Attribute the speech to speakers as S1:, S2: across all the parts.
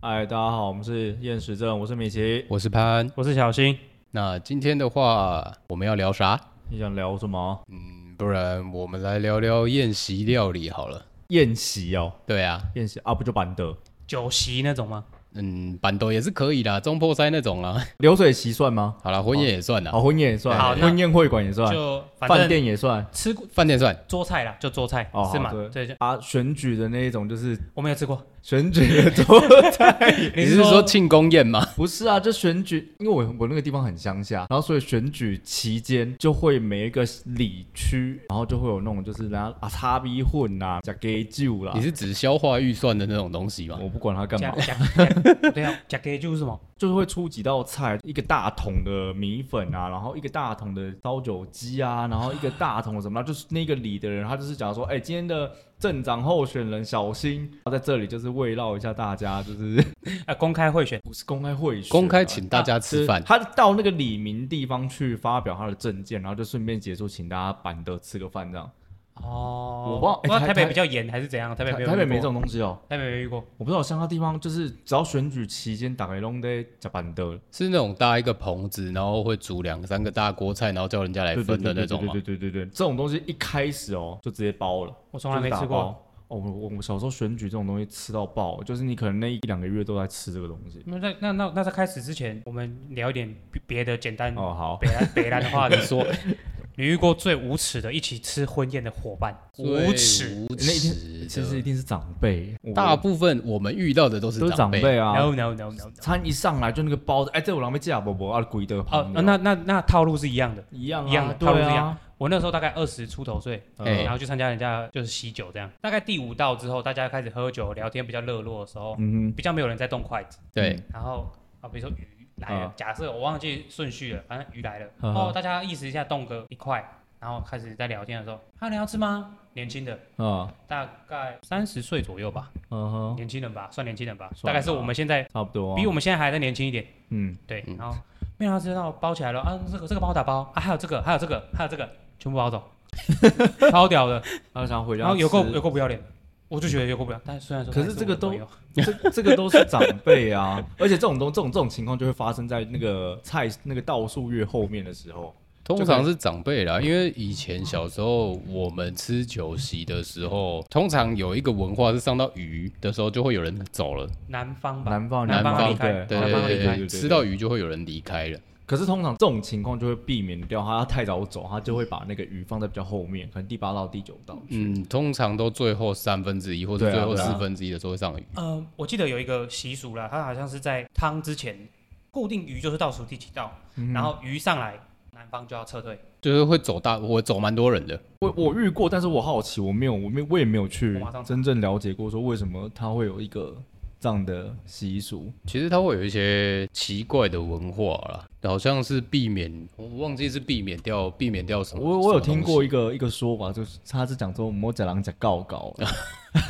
S1: 大家好，我们是厌食症，我是米奇。
S2: 我是潘。
S3: 我是小新，
S2: 那今天的话，我们要聊啥？
S1: 你想聊什么？
S2: 嗯，不然我们来聊聊宴席料理好了。
S1: 宴席哦，
S2: 对啊，
S1: 宴席啊，不就板的
S3: 酒席那种吗？
S2: 嗯，板豆也是可以啦，中破塞那种啦。
S1: 流水席算吗？
S2: 好啦，婚宴也算啦，
S1: 好，婚宴也算，
S3: 好那
S1: 婚宴会馆也算，
S3: 就
S1: 啊
S3: 反
S1: 饭
S3: 正
S1: 店也算
S3: 吃过
S2: 饭店算。
S3: 桌菜啦，就桌菜
S1: 哦好
S3: 是吗
S1: 对？
S3: 对，就
S1: 啊。选举的那一种就是
S3: 我没有吃过。
S1: 选举的桌，
S2: 你是说庆功宴吗？
S1: 不是啊，就选举，因为我我那个地方很乡下，然后所以选举期间就会每一个里区，然后就会有那种就是人家啊叉逼混啦，加 gay 酒啦
S2: 你，是指消化预算的那种东西吗？
S1: 我不管他干嘛
S3: 假，假假对啊，假给就是什么？
S1: 就是会出几道菜，一个大桶的米粉啊，然后一个大桶的烧酒鸡啊，然后一个大桶的什么，就是那个里的人，他就是讲说，哎、今天的镇长候选人小新，然后在这里就是慰劳一下大家，就是
S3: 呃，公开贿选
S1: 不是公开会选啊、
S2: 公开请大家吃饭
S1: 就是。他到那个里民地方去发表他的证件，然后就顺便结束，请大家板的吃个饭这样。我
S3: 哦
S1: 忘
S3: 不知道
S1: 哎台
S3: 台北
S1: 台
S3: 比较严还是怎样？台北没有遇过，
S1: 台北没这种东西哦，
S3: 台北没遇过。
S1: 我不知道乡下地方就是只要选举期间，大概拢在吃板的，
S2: 是那种搭一个棚子，然后会煮两三个大锅菜，然后叫人家来
S1: 对对
S2: 分的
S1: 对对
S2: 那种吗
S1: 对？对对对对，这种东西一开始哦就直接包了。
S3: 我从来没
S1: 就是打
S3: 吃
S1: 包
S3: 过。。
S1: 哦，我我我小时候选举这种东西吃到爆，就是你可能那一两个月都在吃这个东西。
S3: 那那那那那在开始之前，我们聊一点别别的简单
S1: 哦，好，
S3: 北兰北兰的 话，你
S2: 说
S3: 你遇过最无耻的一起吃婚宴的伙伴？无耻
S2: 最无
S1: 那一
S2: 耻
S1: 天
S2: 的，
S1: 其实一定是长辈，我
S2: 大部分我们遇到的都是
S1: 都是长
S2: 辈。
S1: 辈啊。
S3: ！No No No No, No。
S1: 餐一上来就那个包子，哎，这我狼狈架不不啊，鬼的
S3: 哦
S1: 旁，边
S3: 呃那那那套路是一样的。
S1: 一样啊
S3: 一样的套路
S1: 对
S3: 是一
S1: 啊
S3: 样。我那时候大概二十出头岁，呃
S2: 哎
S3: 然后去参加人家就是喜酒这样。大概第五道之后，大家开始喝酒聊天比较热络的时候，
S1: 嗯
S3: 比较没有人在动筷子。
S2: 对，
S3: 然后啊，比如说鱼来了
S1: 啊，
S3: 假设我忘记顺序了，反正鱼来了，
S1: 啊
S3: 哦，大家意识一下动个一块，然后开始在聊天的时候，啊，你要吃吗？年轻的，
S1: 哼啊
S3: 大概三十岁左右吧，
S1: 嗯哼，
S3: 年轻人吧，算年轻人吧，
S1: 算
S3: 大概是
S1: 吧
S3: 我们现在
S1: 差不多啊。
S3: 比我们现在还在年轻一点。
S1: 嗯，
S3: 对
S2: 嗯，
S3: 然后没有他知道包起来了啊，这个这个帮我打包啊，还有这个，还有这个，还有这个，全部包走，超屌的，
S1: 然后想回家吃，
S3: 然后有够有够不要脸的，我就觉得有够不要，但虽然说
S1: 可
S3: 他
S1: 是
S3: 还
S1: 这个
S3: 我的
S1: 都
S3: 朋友
S1: 这这个都是长辈啊，而且这种东这种这种情况就会发生在那个菜那个倒数越后面的时候。
S2: 通常是长辈啦，因为以前小时候我们吃酒席的时候，通常有一个文化是上到鱼的时候就会有人走了，
S3: 南方吧，
S1: 南方
S3: 南
S2: 方
S3: 离开
S1: 对
S2: 对
S3: 南
S2: 对
S3: 方离
S2: 对对
S3: 开
S2: 对，吃到鱼就会有人离开了。
S1: 可是通常这种情况就会避免掉，他太早走，他就会把那个鱼放在比较后面，可能第八道、第九道。
S2: 嗯，通常都最后三分之一或
S1: 对
S2: 者
S1: 啊
S2: 最后
S1: 对啊
S2: 四分之一的时候会上鱼。
S3: 呃，我记得有一个习俗啦，它好像是在汤之前固定鱼就是倒数第几道，
S1: 嗯
S3: 然后鱼上来，南方就要撤退，
S2: 就是会走大，我走蛮多人的。
S1: 我我遇过，但是我好奇，我没有，我没我也没有去
S3: 我马上查
S1: 真正了解过，说为什么他会有一个这样的习俗。
S2: 其实它会有一些奇怪的文化啦，好像是避免，我忘记是避免掉避免掉什么。
S1: 我我有
S2: 哦什么东
S1: 听
S2: 西
S1: 过一个一个说法，就是他是讲说摸假狼假告告，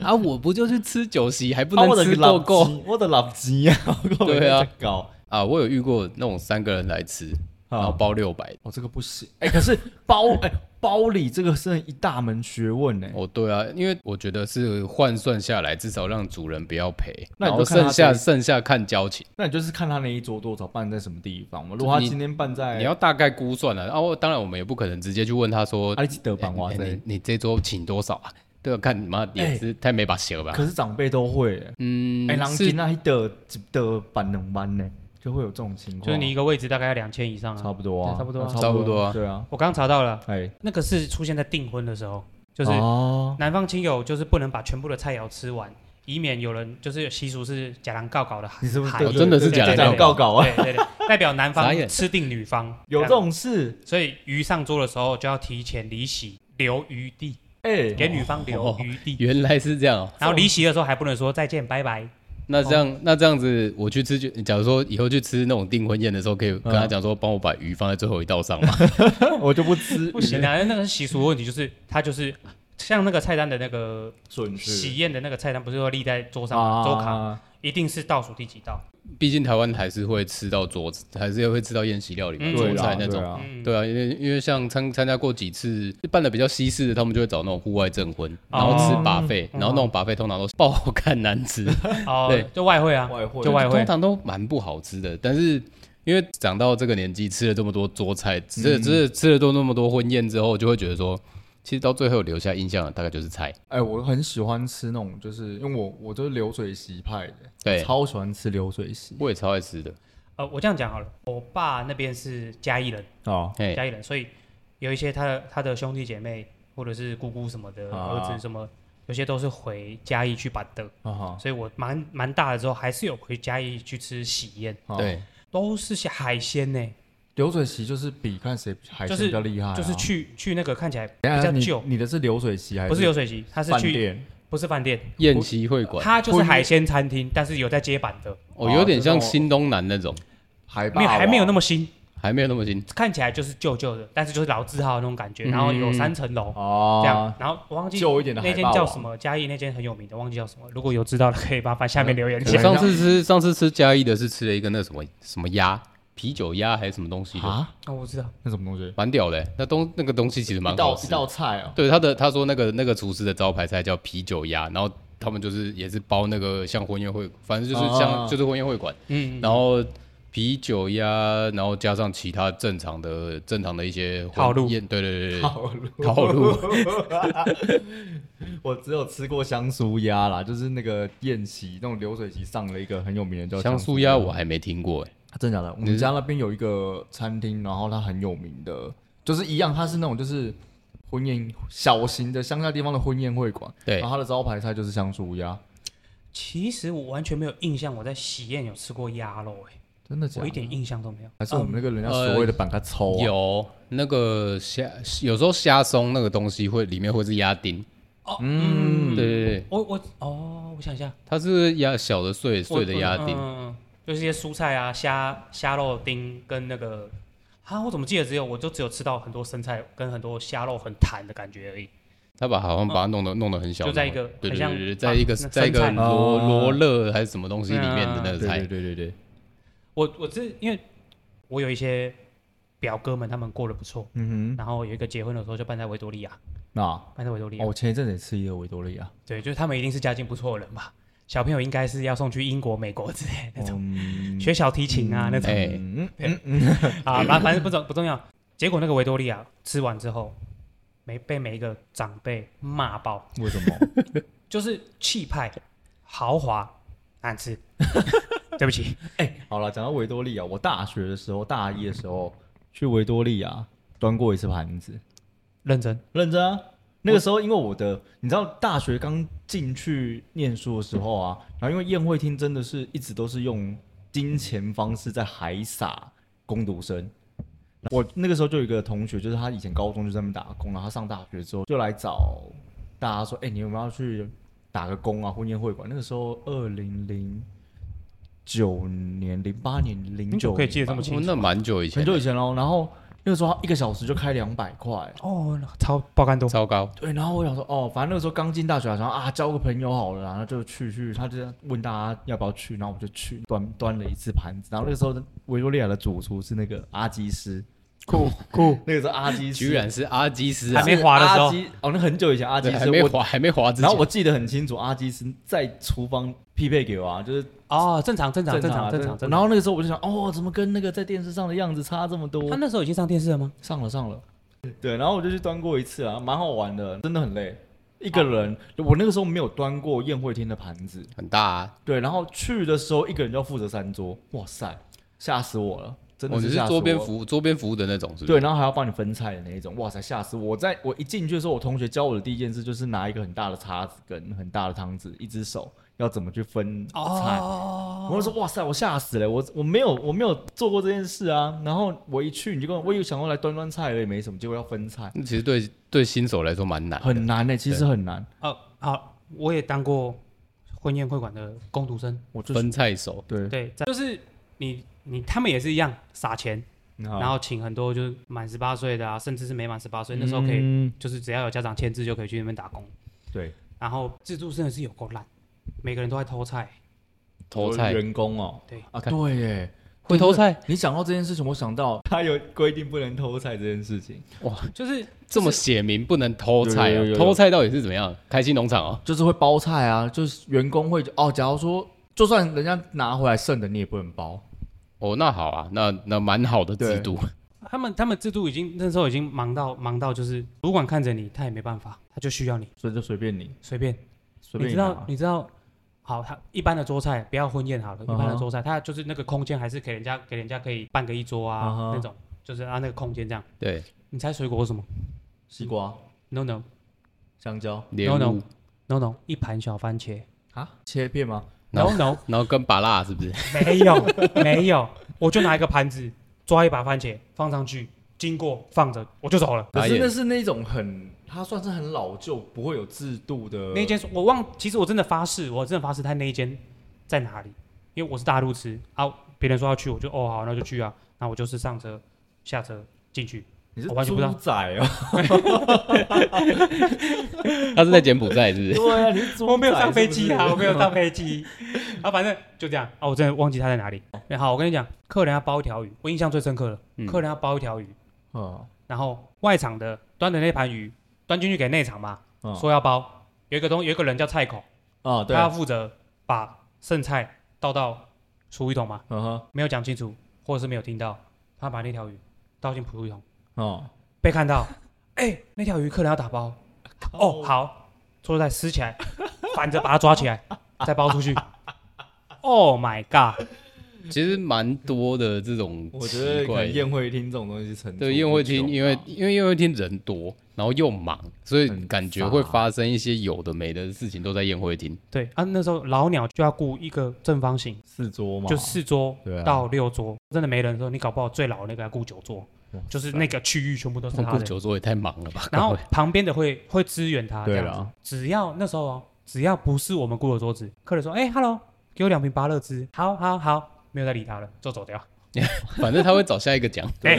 S2: 啊，我不就去吃酒席，还不
S1: 啊我的
S2: 能吃
S1: 老
S2: 够够
S1: 鸡 我的老鸡啊，
S2: 对啊
S1: 搞。
S2: 啊？我有遇过那种三个人来吃，然后
S1: 好，
S2: 包六百。
S1: 我这个不行。哎，可是包哎包里这个是一大门学问哎呢。
S2: 哦，对啊，因为我觉得是换算下来，至少让主人不要赔，
S1: 那你
S2: 然
S1: 就
S2: 后
S1: 看他
S2: 剩下
S1: 这
S2: 剩下看交情，
S1: 那你就是看他那一桌多少办在什么地方嘛。如果他
S2: 你
S1: 今天办在
S2: 你要大概估算了、啊。我当然我们也不可能直接去问他说，
S1: 阿里吉德
S2: 哎
S1: 版哇
S2: 你
S1: 塞
S2: 你，你这桌请多少啊？对啊，看你妈也是太没把戏了吧？
S1: 哎可是长辈都会欸，
S2: 嗯
S1: 哎，狼
S2: 是
S1: 今那一的一的板能搬呢，就会有这种情况，
S3: 就是你一个位置大概要两千以上
S1: 差
S3: 啊。
S1: 不多啊，
S3: 对差不多啊
S2: 差不多啊
S1: 对啊，
S3: 我刚查到了，
S1: 哎，
S3: 那个是出现在订婚的时候，就
S1: 就是哦，
S3: 南方亲友就是不能把全部的菜肴吃完，以免有人就是习俗是假狼告告的
S1: 你是不是
S3: 海
S1: 对
S2: 我
S1: 对
S2: 真的是
S1: 对
S2: 假的
S1: 对对
S2: 告
S1: 告告啊？
S3: 对对对，代表男
S2: 傻
S3: 方
S2: 眼
S3: 吃定女方，
S1: 有这种事，
S3: 样，所以鱼上桌的时候就要提前离席，留余地
S1: 哎，
S3: 给女方留余地，
S2: 原来是这样、哦。
S3: 然后离席的时候还不能说再见拜拜，
S1: 哦
S2: 那这样、那这样子，我去吃就，假如说以后去吃那种订婚宴的时候，可以跟他
S1: 嗯
S2: 讲说，帮我把鱼放在最后一道上嘛。
S1: 我就不吃，
S3: 不行啊，那个是习俗问题，就是他就是像那个菜单的那个
S1: 准
S3: 喜宴的那个菜单，不是说立在桌上吗？
S1: 啊
S3: 桌卡。一定是倒数第几道。
S2: 毕竟台湾还是会吃到桌子，还是会吃到宴席料理嘛，
S3: 嗯
S2: 桌
S1: 对啦
S2: 菜那种
S1: 对。啊，
S3: 嗯，
S2: 对啊，因为因为像参参加过几次办的比较西式的，他们就会找那种户外证婚，然后吃
S3: 哦
S2: 把费、然后那种把费通常都是爆干难吃，
S3: 哦，
S2: 对
S3: 就外汇啊，
S1: 外汇
S3: 就外汇
S2: 通，常都蛮不好吃的。但是因为长到这个年纪，吃了这么多桌菜，吃了吃了吃了都那么多婚宴之后，就会觉得说，其实到最后留下印象的大概就是菜。
S1: 哎、我很喜欢吃那种，就是因为我我就是流水席派的，
S2: 对，
S1: 超喜欢吃流水席
S2: 我也超爱吃的。
S3: 呃，我这样讲好了，我爸那边是嘉义人，
S1: 哦，
S2: 哎，
S3: 嘉义人，所以有一些他的他的兄弟姐妹或者是姑姑什么的，
S1: 啊
S3: 儿子什么，有些都是回嘉义去板凳，
S1: 啊哈，
S3: 所以我蛮蛮大了之后，还是有回嘉义去吃喜宴，
S1: 啊
S2: 对，
S3: 都是些海鲜呢、
S1: 哎流水席就是比看谁海鲜
S3: 就是
S1: 比较厉害啊、
S3: 就是去去那个看起来
S1: 等一
S3: 比
S1: 下
S3: 较旧，
S1: 你你的是流水席还
S3: 不是流水席，他是
S1: 饭
S3: 去
S1: 店？
S3: 不是饭店，
S2: 宴席会馆，
S3: 它就是海鲜餐厅，但是有在接板的，
S2: 哦，有点
S1: 哦
S2: 像
S1: 这种
S2: 新东南那种，
S1: 海啊
S3: 没有还没有那
S1: 么
S3: 么新，
S2: 还没有那么新。
S3: 看起来就是旧旧的，但是就是老字号那种感觉，
S2: 嗯
S3: 然后有三层楼。这样
S1: 哦，，
S3: 然后我忘记
S1: 旧一点的
S3: 那
S1: 海啊
S3: 间
S1: 霸
S3: 叫
S1: 王
S3: 什么？嘉义那间很有名的，忘记叫什么。如果有知道的，可以麻烦下
S1: 嗯
S3: 面留言一
S2: 我
S3: 下。
S2: 上次吃上次吃嘉义的是吃了一个那什么什么鸭，啤酒鸭还是什么东西的，
S1: 啊，
S3: 哦，我知道，
S1: 那什么东西？
S2: 蛮屌的欸。那东那个东西其实蛮
S1: 一
S2: 好
S1: 道一
S2: 吃的。
S1: 道菜哦，
S2: 对他的他说那个那个厨师的招牌菜叫啤酒鸭，然后他们就是也是包那个像婚宴会，反正就是像、
S1: 啊
S2: 就是婚宴会馆，
S3: 嗯，
S2: 然后啤酒鸭，然后加上其他正常的正常的一些婚
S3: 套路
S2: 宴，对对对对，
S1: 套路。
S2: 套路
S1: 我只有吃过香酥鸭啦，就是那个宴席那种流水席上了一个很有名的叫
S2: 香酥鸭我还没听过哎，
S1: 啊真的假的？我们家那边有一个餐厅，然后它很有名的，就是一样，它是那种就是婚宴小型的乡下地方的婚宴会馆，
S2: 对
S1: 然后它的招牌菜就是香酥鸭，
S3: 其实我完全没有印象，我在喜宴有吃过鸭肉、欸，
S1: 真的假
S3: 我
S1: 的
S3: 一？点印象都没有。
S1: 还是我们那个人家
S2: 呃
S1: 所谓的板咖抽啊？
S2: 有那个虾，有时候虾松那个东西会里面会是鸭丁，
S3: 哦，嗯，
S2: 对对对，
S3: 我我哦，我想一下，
S2: 它是鸭小的碎碎的
S3: 我
S2: 鸭
S3: 嗯
S2: 丁，
S3: 嗯嗯就是一些蔬菜啊、虾虾肉丁跟那个啊，我怎么记得只有我就只有吃到很多生菜跟很多虾肉很弹的感觉而已，
S2: 他把好像把它弄得弄得很小，
S3: 就在一个
S2: 对
S3: 很
S2: 对
S3: 像
S2: 对对，在一个
S3: 那
S2: 在一个
S3: 生
S1: 菜
S2: 罗
S1: 啊
S2: 罗勒还是什么东西里面的那个
S1: 对
S2: 菜
S1: 对，
S2: 哦
S1: 对对对，
S3: 我我这因为我有一些表哥们他们过得不错，
S1: 嗯哼，
S3: 然后有一个结婚的时候就办在维多利亚，
S1: 那、
S3: 办在维多利亚，
S1: 哦我前一阵子也吃一个维多利亚，
S3: 对，就是他们一定是家境不错的人吧。小朋友应该是要送去英国、美国之类的那种，
S1: 嗯
S3: 学小提琴啊那种
S2: 哎
S1: 嗯
S3: 啊，反反正不重不重要。结果那个维多利亚吃完之后，没被每一个长辈骂爆，
S1: 为什么？
S3: 就是气派、豪华、难吃。 对不起，
S1: 好了，讲到维多利亚，我大学的时候，大一的时候去维多利亚端过一次盘子，
S3: 认真。
S1: 认真啊。那个时候，因为我的，你知道，大学刚进去念书的时候啊，然后因为宴会厅真的是一直都是用金钱方式在海撒攻读生。我那个时候就有一个同学，就是他以前高中就在那边打工，然后他上大学之后就来找大家说：“哎、你有没有要去打个工啊？婚宴会馆？”那个时候二零零九年、零八年、零九
S3: 可以记得这么
S2: 哦
S3: 清楚
S2: 那蛮久以前
S1: 很
S2: 的，
S1: 久以前喽。然后那个时候他一个小时就开两百块，
S3: 哦，超爆肝多。
S2: 糟糕，
S1: 对，然后我想说，哦，反正那个时候刚进大学，想说啊，交个朋友好了啦，然后就去去，他就问大家要不要去，然后我就去端端了一次盘子，然后那个时候的维多利亚的主厨是那个阿基斯，
S3: 酷酷，
S1: 那个时候阿基斯
S2: 居然是阿基斯啊
S3: 还，没滑的时候
S1: 阿基哦，那很久以前阿基
S2: 对还
S1: 斯，
S2: 没
S1: 我
S2: 滑，还没滑之
S1: 然后
S2: 前，
S1: 我记得很清楚，阿基斯在厨房匹配给我啊，就是
S3: 哦，正常正常正
S1: 常啊
S3: 常正常。
S1: 然后那个时候我就想，哦，怎么跟那个在电视上的样子差这么多
S3: 他？那时候已经上电视了吗？
S1: 上了上了，对，然后我就去端过一次啊，蛮好玩的，真的很累。一个人，我那个时候没有端过宴会厅的盘子，
S2: 很大啊，
S1: 对，然后去的时候一个人就要负责三桌，哇塞，吓死我了，真的
S2: 我只
S1: 是吓
S2: 哦是
S1: 死我
S2: 桌边
S1: 了
S2: 服务桌边服务的那种，是不是？
S1: 对，然后还要帮你分菜的那一种，哇塞，吓死我！我在我一进去的时候，我同学教我的第一件事就是拿一个很大的叉子跟很大的汤匙，一只手要怎么去分
S3: 哦
S1: 菜。我就说哇塞，我吓死了，我我没有我没有做过这件事啊。然后我一去你就跟我，我有想过来端端菜了也没什么，结果要分菜，
S2: 那其实对对新手来说蛮难的，
S1: 很难呢、其实很难。
S3: 哦，好，我也当过婚宴会馆的工读生，
S1: 我就是
S2: 分菜手，
S1: 对，
S3: 对，在就是你你他们也是一样撒钱，
S1: 啊
S3: 然后请很多就是满十八岁的啊，甚至是没满十八岁，那时候可以、
S1: 以
S3: 就是只要有家长签字就可以去那边打工。
S1: 对，
S3: 然后自助真的是有够烂，每个人都在偷菜，
S2: 偷菜
S1: 员工哦，
S3: 对
S1: 啊，
S2: 干
S1: 对耶，
S2: 会偷菜
S1: 对。你讲到这件事情，我想到 他有规定不能偷菜这件事情，
S3: 就是
S2: 这么写明不能偷菜
S1: 有有有
S2: 哦，
S1: 有
S2: 偷菜到底是怎么样？开心农场哦，
S1: 就是会包菜啊，就是员工会哦，假如说就算人家拿回来剩的，你也不能包。
S2: 哦，那好啊，那那蛮好的制度，
S3: 他们他们制度已经那时候已经忙到忙到，就是主管看着你，他也没办法，他就需要你
S1: 所以就随便你，
S3: 随便。
S1: 随
S3: 你
S1: 便
S3: 知
S1: 拿
S3: 道你知道，好，他一般的桌菜不要婚宴好了，一般
S1: 嗯
S3: 的
S1: 哼
S3: 桌菜，他就是那个空间还是给人家给人家可以办个一
S1: 嗯
S3: 桌啊
S1: 哼
S3: 那种，就是啊那个空间这样。
S2: 对，
S3: 你猜水果是什么
S1: 西瓜、
S3: ？No no
S1: 香蕉
S2: 莲雾
S3: no no no，一盘小番茄。
S1: 啊，切片吗？
S2: 然
S3: No
S2: 后
S3: no
S2: 然后跟拔蜡是不 是？
S3: 没有没有，我就拿一个盘子抓一把番茄放上去，经过放着我就走了。
S1: 可
S2: 打
S1: 是
S2: 野
S1: 那是那种很，它算是很老旧，不会有制度的
S3: 那一间是我忘，其实我真的发誓，我真的发誓，他那一间在哪里？因为我是大陆吃啊，别人说要去，我就哦好，那就去啊。那我就是上车、下车进去，
S1: 你是
S3: 我完全不知道
S1: 猪仔哦、
S2: 他是在柬埔寨是不 是？
S1: 对啊，你是猪仔
S3: 我没有上飞机啊，
S1: 是不
S3: 我没
S1: 是
S3: 有上飞机啊，反正就这样啊，我真的忘记他在哪里。哎好，我跟你讲，客人要包一条鱼，我印象最深刻了，
S2: 嗯
S3: 客人要包一条鱼，
S1: 嗯
S3: 然后外场的端的那盘鱼端进去给内场嘛，
S1: 嗯
S3: 说要包，有一个东有一个人叫菜口，
S1: 啊，对
S3: 他，要负责把剩菜倒到厨余桶嘛。
S1: 嗯哼，
S3: 没有讲清楚，或者是没有听到，他把那条鱼倒进捕鱼桶，
S1: 哦，
S3: 被看 到，哎、那条鱼客人要打包，哦，好，桌子再撕起来，反着把它抓 起来，再包出去。Oh my god！
S2: 其实蛮多的这种
S1: 我觉得
S2: 奇
S1: 可
S2: 怪
S1: 能
S2: 的。
S1: 宴会厅这种东西层出
S2: 对宴会
S1: 不
S2: 厅，
S1: 穷啊
S2: 因为
S1: 吧
S2: 因为宴会厅人多，然后又忙，所以
S1: 很
S2: 感觉
S1: 杂
S2: 会发生一些有的没的事情都在宴会厅。
S3: 对啊，那时候老鸟就要雇一个正方形，
S1: 四桌嘛，
S3: 就四桌
S1: 对啊
S3: 到六桌，真的没人的时候，你搞不好最老那个要雇九桌，
S1: 哇哦
S3: 就是那个区域全部都是
S2: 光
S3: 他
S2: 顾
S3: 的。
S2: 久坐也太忙了吧？
S3: 然后
S2: 各位
S3: 旁边的会会支援他，这
S1: 对啊
S3: 样子
S1: 啦。
S3: 只要那时候哦，只要不是我们雇的桌子，客人说：“哎、h e l l o 给我两瓶芭乐汁。”好，好，好，没有再理他了，就走掉。
S2: 反正他会找下一个讲。
S3: 哎、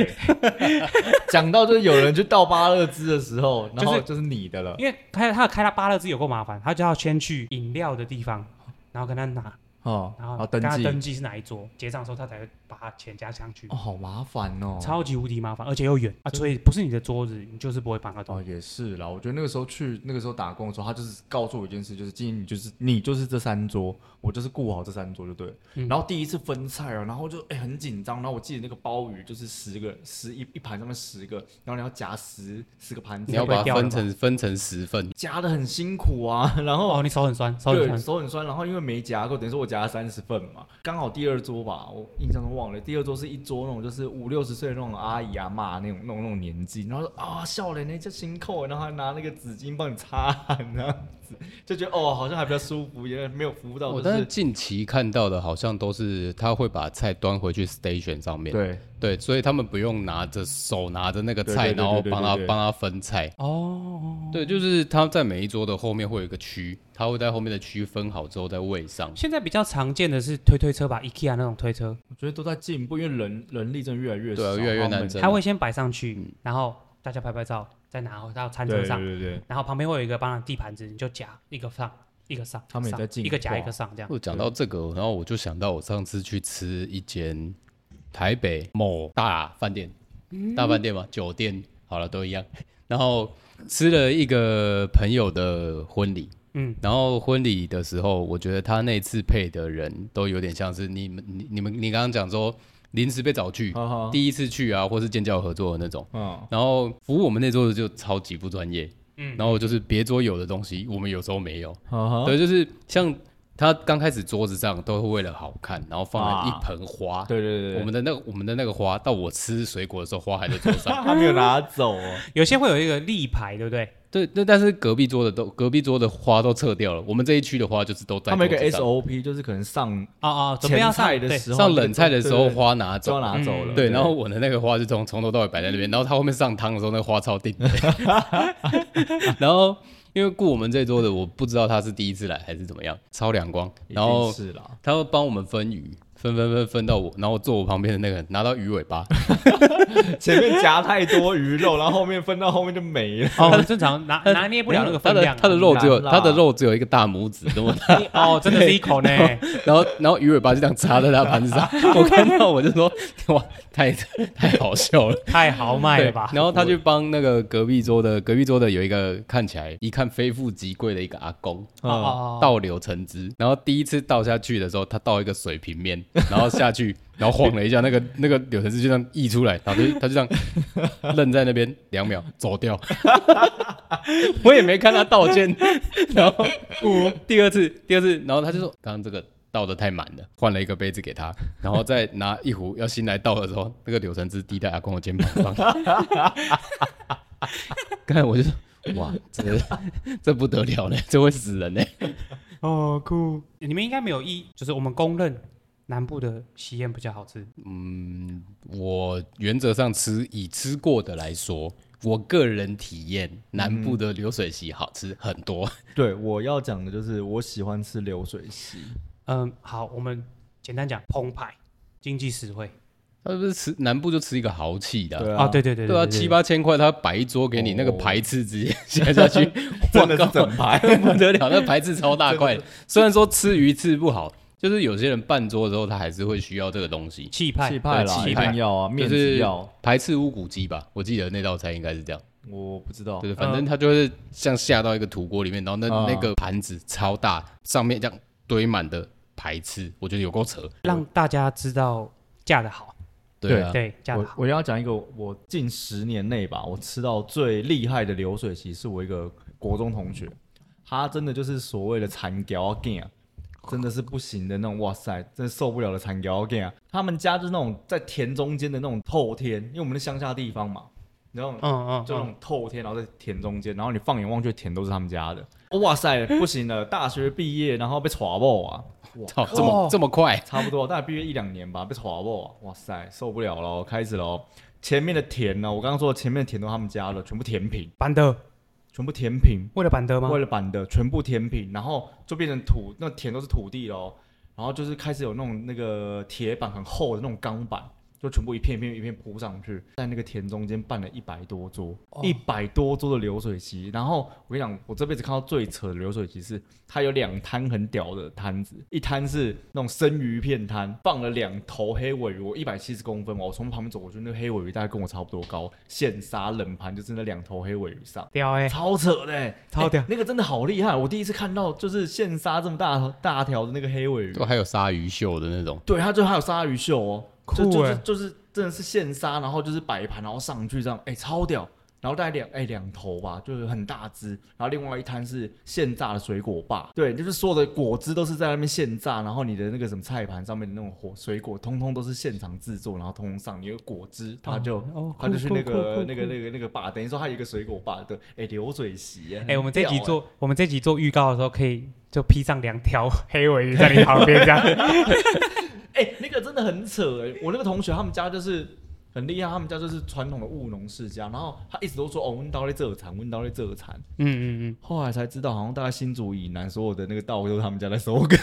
S1: 讲到就是有人去倒芭乐汁的时候，然后
S3: 就是
S1: 就是你的了，
S3: 因为开他开他芭乐汁有够麻烦，他就要先去饮料的地方，然后跟他拿，
S1: 哦，
S3: 然
S1: 然
S3: 后
S1: 后登
S3: 跟他
S1: 记，
S3: 登记是哪一桌，结账的时候他才会把他钱加上去。
S1: 哦，好麻烦哦，
S3: 超级无敌麻烦，而且又远啊，所以不是你的桌子，你就是不会帮他动。
S1: 哦，也是啦。我觉得那个时候去，那个时候打工的时候，他就是告诉我一件事，就是今天你就是你就是这三桌，我就是顾好这三桌就对了。
S3: 嗯
S1: 然后第一次分菜哦，然后就哎、很紧张。然后我记得那个鲍鱼就是十个十一一盘上面十个，然后你要夹十十个盘子，
S2: 你要
S3: 被
S2: 把它
S3: 掉了
S2: 分
S3: 吧
S2: 成分成十份，
S1: 夹的很辛苦啊。 然后
S3: 哦，你手很酸，手很
S1: 对，
S3: 酸。
S1: 手很酸，然后因为没夹够，等于说我夹了三十份嘛，刚好第二桌吧，我印象中忘了，第二桌是一桌那种就是五六十岁的那种阿姨阿啊妈那种那种那种年纪，然后说啊笑脸那叫辛苦，欸然后还拿那个纸巾帮你擦汗这样子，就觉得哦好像还比较舒服，也没有服务到，
S2: 我
S1: 就
S2: 哦但
S1: 哦是
S2: 是近期看到的好像都是他会把菜端回去 station 上面，
S1: 对
S2: 对所以他们不用拿着手拿着那个菜，
S1: 对对对对
S2: 然后帮他
S1: 对对对
S2: 帮他分菜。
S3: 哦，
S2: 对，就是他在每一桌的后面会有一个区，他会在后面的区分好之后再喂上。
S3: 现在比较常见的是推推车吧，IKEA 那种推车，
S1: 我觉得都在进步，因为人人力真的越来越少，
S2: 对啊越来越
S1: 然后
S2: 难
S1: 门
S2: 整真的
S3: 他会先摆上去，然后大家拍拍照，再拿回到餐
S1: 对
S3: 车
S1: 对
S3: 上，
S1: 对对，
S3: 然后旁边会有一个帮的地盘子，你就夹一个上一个上，
S1: 他们也
S3: 上
S1: 在进
S3: 一个夹
S1: 化
S3: 一个上这样。
S2: 我讲到这个，然后我就想到我上次去吃一间台北某大饭店，
S3: 嗯
S2: 大饭店嘛，酒店好了都一样。然后吃了一个朋友的婚礼，
S3: 嗯，
S2: 然后婚礼的时候，我觉得他那次配的人都有点像是你们、你、你们、你刚刚讲说临时被找
S3: 哦
S2: 去，
S1: 哈哈，
S2: 第一次去啊，或是建教合作的那种。
S1: 嗯，
S2: 然后服务我们那桌的就超级不专业，
S3: 嗯
S2: 然后就是别桌有的东西，我们有时候没有，
S1: 哈哈，
S2: 对，就是像他刚开始桌子上都会为了好看，然后放了
S1: 啊
S2: 一盆花。
S1: 对对对，
S2: 我们的那个我们的那个花，到我吃水果的时候，花还在桌上。
S1: 他没有拿走哦，
S3: 有些会有一个立牌，对不对？
S2: 对，那但是隔壁桌的都隔壁桌的花都撤掉了，我们这一区的花就是都 在
S1: 他们有
S2: 桌
S1: 一
S2: 子
S1: 个
S2: 上
S1: SOP 就是可能上
S3: 哦哦，准备要
S1: 前
S3: 上
S1: 菜的
S3: 对
S1: 时候，
S2: 上冷菜的时候
S1: 对对对
S2: 花拿
S1: 就要
S2: 走。
S1: 拿走了。
S2: 对，然后我的那个花就从从头到尾摆在那边，然后他后面上汤的时候，那个花超定的。 然后因为顾我们这桌的，我不知道他是第一次来还是怎么样，超两光。
S1: 一定
S2: 然后
S1: 是啦，
S2: 他会帮我们分鱼，分分分分到我，然后坐我旁边的那个人拿到鱼尾巴，
S1: 前面夹太多鱼肉，然后后面分到后面就 没了。
S3: 哦，正常拿拿捏 不了那个
S2: 他
S3: 分
S2: 的
S3: 量啊，
S2: 他的肉只有
S1: 很难
S2: 他
S1: 啦
S2: 的肉只有一个大拇指那么大，
S3: 你哦，真的是一口呢，
S2: 然后然后鱼尾巴就这样插在他盘子 上，我看到我就说哇，太太好笑 了。
S3: 太豪迈了
S2: 对
S3: 哎吧？
S2: 然后他去帮那个隔壁桌的隔壁桌的有一个看起来一看非富即贵的一个阿公，
S3: 哦
S1: 嗯，
S3: 哦，哦
S2: 倒流橙汁，然后第一次倒下去的时候，他倒一个水平面， 然后下去，然后晃了一下，那个那个柳橙汁就这样溢出来，然后就他就这样愣在那边两秒，走掉。 我也没看他道歉， 然后第二次第二次，然后他就说刚刚这个。倒的太满了，换了一个杯子给他，然后再拿一壶要新来倒的时候，那个柳橙汁滴在阿公的肩膀上。刚才我就说，哇，这个这不得了嘞，这会死人嘞！
S3: 哦酷，你们应该没有一，就是我们公认南部的喜宴比较好吃，
S2: 嗯，我原则上吃以吃过的来说，我个人体验南部的流水席好吃很多。
S1: 对，我要讲的就是我喜欢吃流水席，
S3: 嗯，好，我们简单讲澎湃，经济实惠
S2: 他不是吃南部就吃一个豪气的啊、
S1: 对
S3: 啊，
S1: 啊，
S3: 对对对
S2: 对啊，七，八千块他摆一桌给你，
S1: 哦
S2: 那个排翅直接下下去，
S1: 真的是整
S2: 排
S1: 哦
S2: 不得了，那排翅超大块。虽然说吃鱼翅不好，就是有些人办桌的时候他还是会需要这个东西，
S3: 气 派
S1: 气派啦，
S2: 气
S1: 一
S2: 派
S1: 定要啊，
S2: 就
S1: 面子
S2: 是
S1: 要，
S2: 排翅乌骨鸡吧，我记得那道菜应该是这样。
S1: 我不知道
S2: 对，反正它就会像下到一个土锅里面，然后那、
S1: 嗯
S2: 那个盘子超大，上面这样堆满的排翅，我觉得有够扯。
S3: 让大家知道嫁得好，
S2: 对啊，
S3: 对，嫁得
S1: 我
S3: 好，
S1: 我要讲一个，我近十年内吧，我吃到最厉害的流水席，是我一个国中同学，他真的就是所谓的残屌 g 啊，真的是不行的那种，哇塞，真的受不了的残屌 g 啊。他们家就是那种在田中间的那种透天，因为我们是乡下地方嘛，然后
S3: 嗯嗯
S1: 就那
S3: 嗯，
S1: 种透天，然后在田中间，然后你放眼望去，田都是他们家的。哇塞，不行了，大学毕业然后被耍爆啊，
S2: 操，这么、
S3: 哦
S2: 这么快，
S1: 差不多，大概毕业一两年吧，被耍爆啊，哇塞，受不了了，开始了。前面的田呢，我刚刚说的前面的田都他们家的，全部填平，
S3: 板德
S1: 全部填平，
S3: 为了板德吗
S1: 为？了板的全部填平，然后就变成土，那田都是土地喽。然后就是开始有那种那个铁板很厚的那种钢板，就全部一片一片一片铺上去，在那个田中间办了一百多桌，
S3: 哦
S1: 一百、多桌的流水席。然后我跟你讲，我这辈子看到最扯的流水席是，它有两摊很屌的摊子，一摊是那种生鱼片摊，放了两头黑尾鱼，我一百七十公分嘛，我从旁边走过去，那个黑尾鱼大概跟我差不多高，现杀冷盘就是那两头黑尾鱼上。
S3: 屌哎，
S1: 超扯的、欸，
S3: 超屌
S1: 欸那个真的好厉害！我第一次看到就是现杀这么大大条的那个黑尾鱼
S3: 啊
S2: 都，还有鲨鱼秀的那种，
S1: 对，它就还有鲨鱼秀哦，
S3: 酷
S1: 就就
S3: 欸
S1: 就就是真的是现杀，然后就是摆盘，然后上去这样，哎、超屌！然后大概两哎两头吧，就是很大只，然后另外一摊是现榨的水果吧，对，就是所有的果汁都是在那边现榨，然后你的那个什么菜盘上面的那种火水果，通通都是现场制作，然后通通上，你有果汁，它就、
S3: 哦
S1: 它就去那个
S3: 酷酷酷酷
S1: 那个那个那个吧，等于说它有一个水果吧的，哎流水席，
S3: 哎，我们这集
S1: 做。
S3: 做我们这集做预告的时候，可以就披上两条黑尾鱼在你旁边 这样，
S1: 哎、那个真的很扯哎、我那个同学他们家就是很厉害，他们家就是传统的务农世家，然后他一直都说哦，温刀类这产，温刀类这产。
S3: 嗯嗯
S1: 后来才知道，好像大概新竹以南所有的那个稻都是他们家在收割，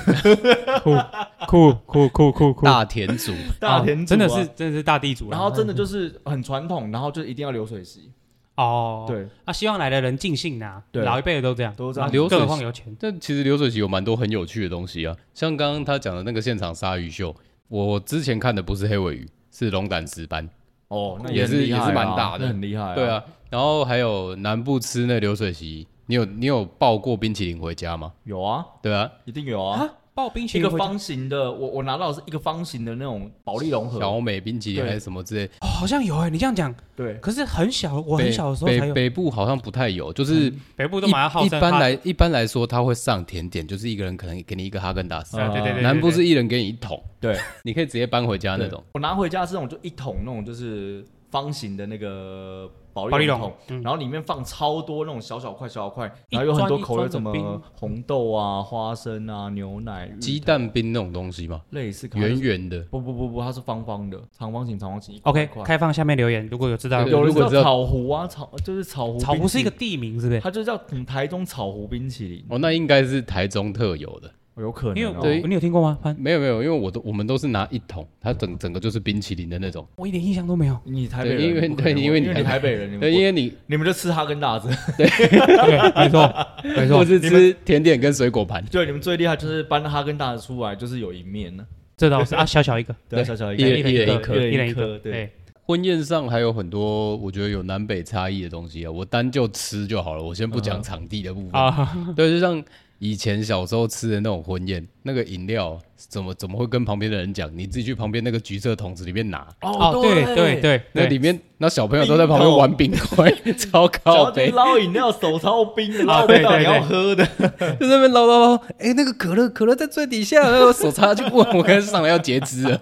S3: 嗯，酷酷酷酷酷酷，
S2: 大田主
S1: 大田、
S3: 哦真的是。真的是大地主
S1: 啊
S3: 啊，
S1: 然后真的就是很传统，然后就一定要流水席，
S3: 哦，
S1: 对，
S3: 啊，希望来的人尽兴啊，
S1: 对
S3: 老一辈的都这样，
S1: 都这样
S2: 流水
S3: 更何况有钱，
S2: 但其实流水席有蛮多很有趣的东西啊，像刚刚他讲的那个现场鲨鱼秀，我之前看的不是黑尾鱼，是龙胆石斑。
S1: 哦，那
S2: 也是
S1: 很厉害啊
S2: 也是蛮大的
S1: 那很厉害、啊，
S2: 对，啊，然后还有南部吃那流水席，你有你有抱过冰淇淋回家吗？
S1: 有啊，
S2: 对啊，
S1: 一定有啊，
S3: 刨冰淇
S1: 一
S3: 淋
S1: 个
S3: 回家，
S1: 方形的，我我拿到的是一个方形的那种保利龙盒，
S2: 小美冰淇淋
S1: 对
S2: 还是什么之类，
S3: 哦，好像有哎，你这样讲，
S1: 对，
S3: 可是很小，我很
S2: 北
S3: 小的时候
S2: 北
S3: 才有，
S2: 北部好像不太有，就是
S3: 北部都
S2: 一、
S3: 蛮好
S2: 一
S3: 胜
S2: 般
S3: 怕
S2: 来一般来说，他会上甜点，就是一个人可能给你一个哈根达斯，
S3: 啊对对对对，
S2: 南部
S3: 对
S2: 是一人给你一桶，
S1: 对，
S2: 你可以直接搬回家那种
S1: 对。。我拿回家是那种就一桶那种就是方形的那个保
S3: 保利
S1: 利
S3: 龙
S1: 龙桶，
S3: 嗯
S1: 然后里面放超多那种小小块小小块，
S3: 一
S1: 然后有很多
S3: 砖一
S1: 口味，什
S3: 砖的冰
S1: 么红豆啊、花生啊、牛奶、芋头
S2: 鸡蛋冰那种东西嘛，
S1: 类似可能
S2: 圆圆的，
S1: 不不不不，它是方方的，长方形长方形。一块
S3: OK，
S1: 一块
S3: 开放下面留言，如果有知道
S2: 对
S1: 有
S2: 如
S1: 人
S2: 果知道
S1: 叫草湖啊，草就是草湖，
S3: 草湖是一个，地名，是不是？
S2: 哦
S1: 它就叫嗯台中草湖冰淇淋。
S2: 哦，那应该是台中特有的。
S1: 有可
S3: 因
S1: 能
S3: 为
S1: 哦、
S3: 我
S2: 对
S3: 你有听过吗？潘，
S2: 没有没有，因为我都我们都是拿一桶，它整整个就是冰淇淋的那种。
S3: 我一点印象都没有。
S1: 你台北人，
S2: 对因为
S1: 你不可能会
S2: 对因
S1: 因
S2: 为你
S1: 你台北人，你
S2: 对，因为你
S1: 你们就吃哈根达斯，
S3: 对，没 错，没
S2: 或
S3: 错，
S2: 是
S1: 你们
S2: 吃甜点跟水果盘，
S1: 对，你们最厉害就是搬哈根达斯出来，就是有一面呢、
S3: 这倒是 啊，小小一个，
S1: 对啊，
S2: 对
S1: 小小一
S2: 一
S1: 个
S2: 人
S3: 人
S2: 一
S3: 颗，
S1: 颗
S3: 一人
S1: 一
S3: 一
S1: 颗
S3: 颗，
S1: 对
S3: 哎，
S2: 婚宴上还有很多我觉得有南北差异的东西啊，我单就吃就好了，我先不讲场地的部分。
S3: 啊，
S2: 对，就像以前小时候吃的那种婚宴，那个饮料怎么怎么会跟旁边的人讲？你自己去旁边那个橘色桶子里面拿，
S3: 哦，对对，对，
S2: 那里面那小朋友都在旁边玩冰块， 超
S1: 然
S2: 靠
S1: 后就
S2: 北，
S1: 是
S2: 就
S1: 捞饮料手超 冰的，
S3: 啊
S1: 捞不到
S3: 哦对对
S1: 你要
S3: 对
S1: 喝的，
S2: 在那边捞捞捞。哎、那个可乐可乐在最底下，然后手插去过， 我刚才上来要截肢了。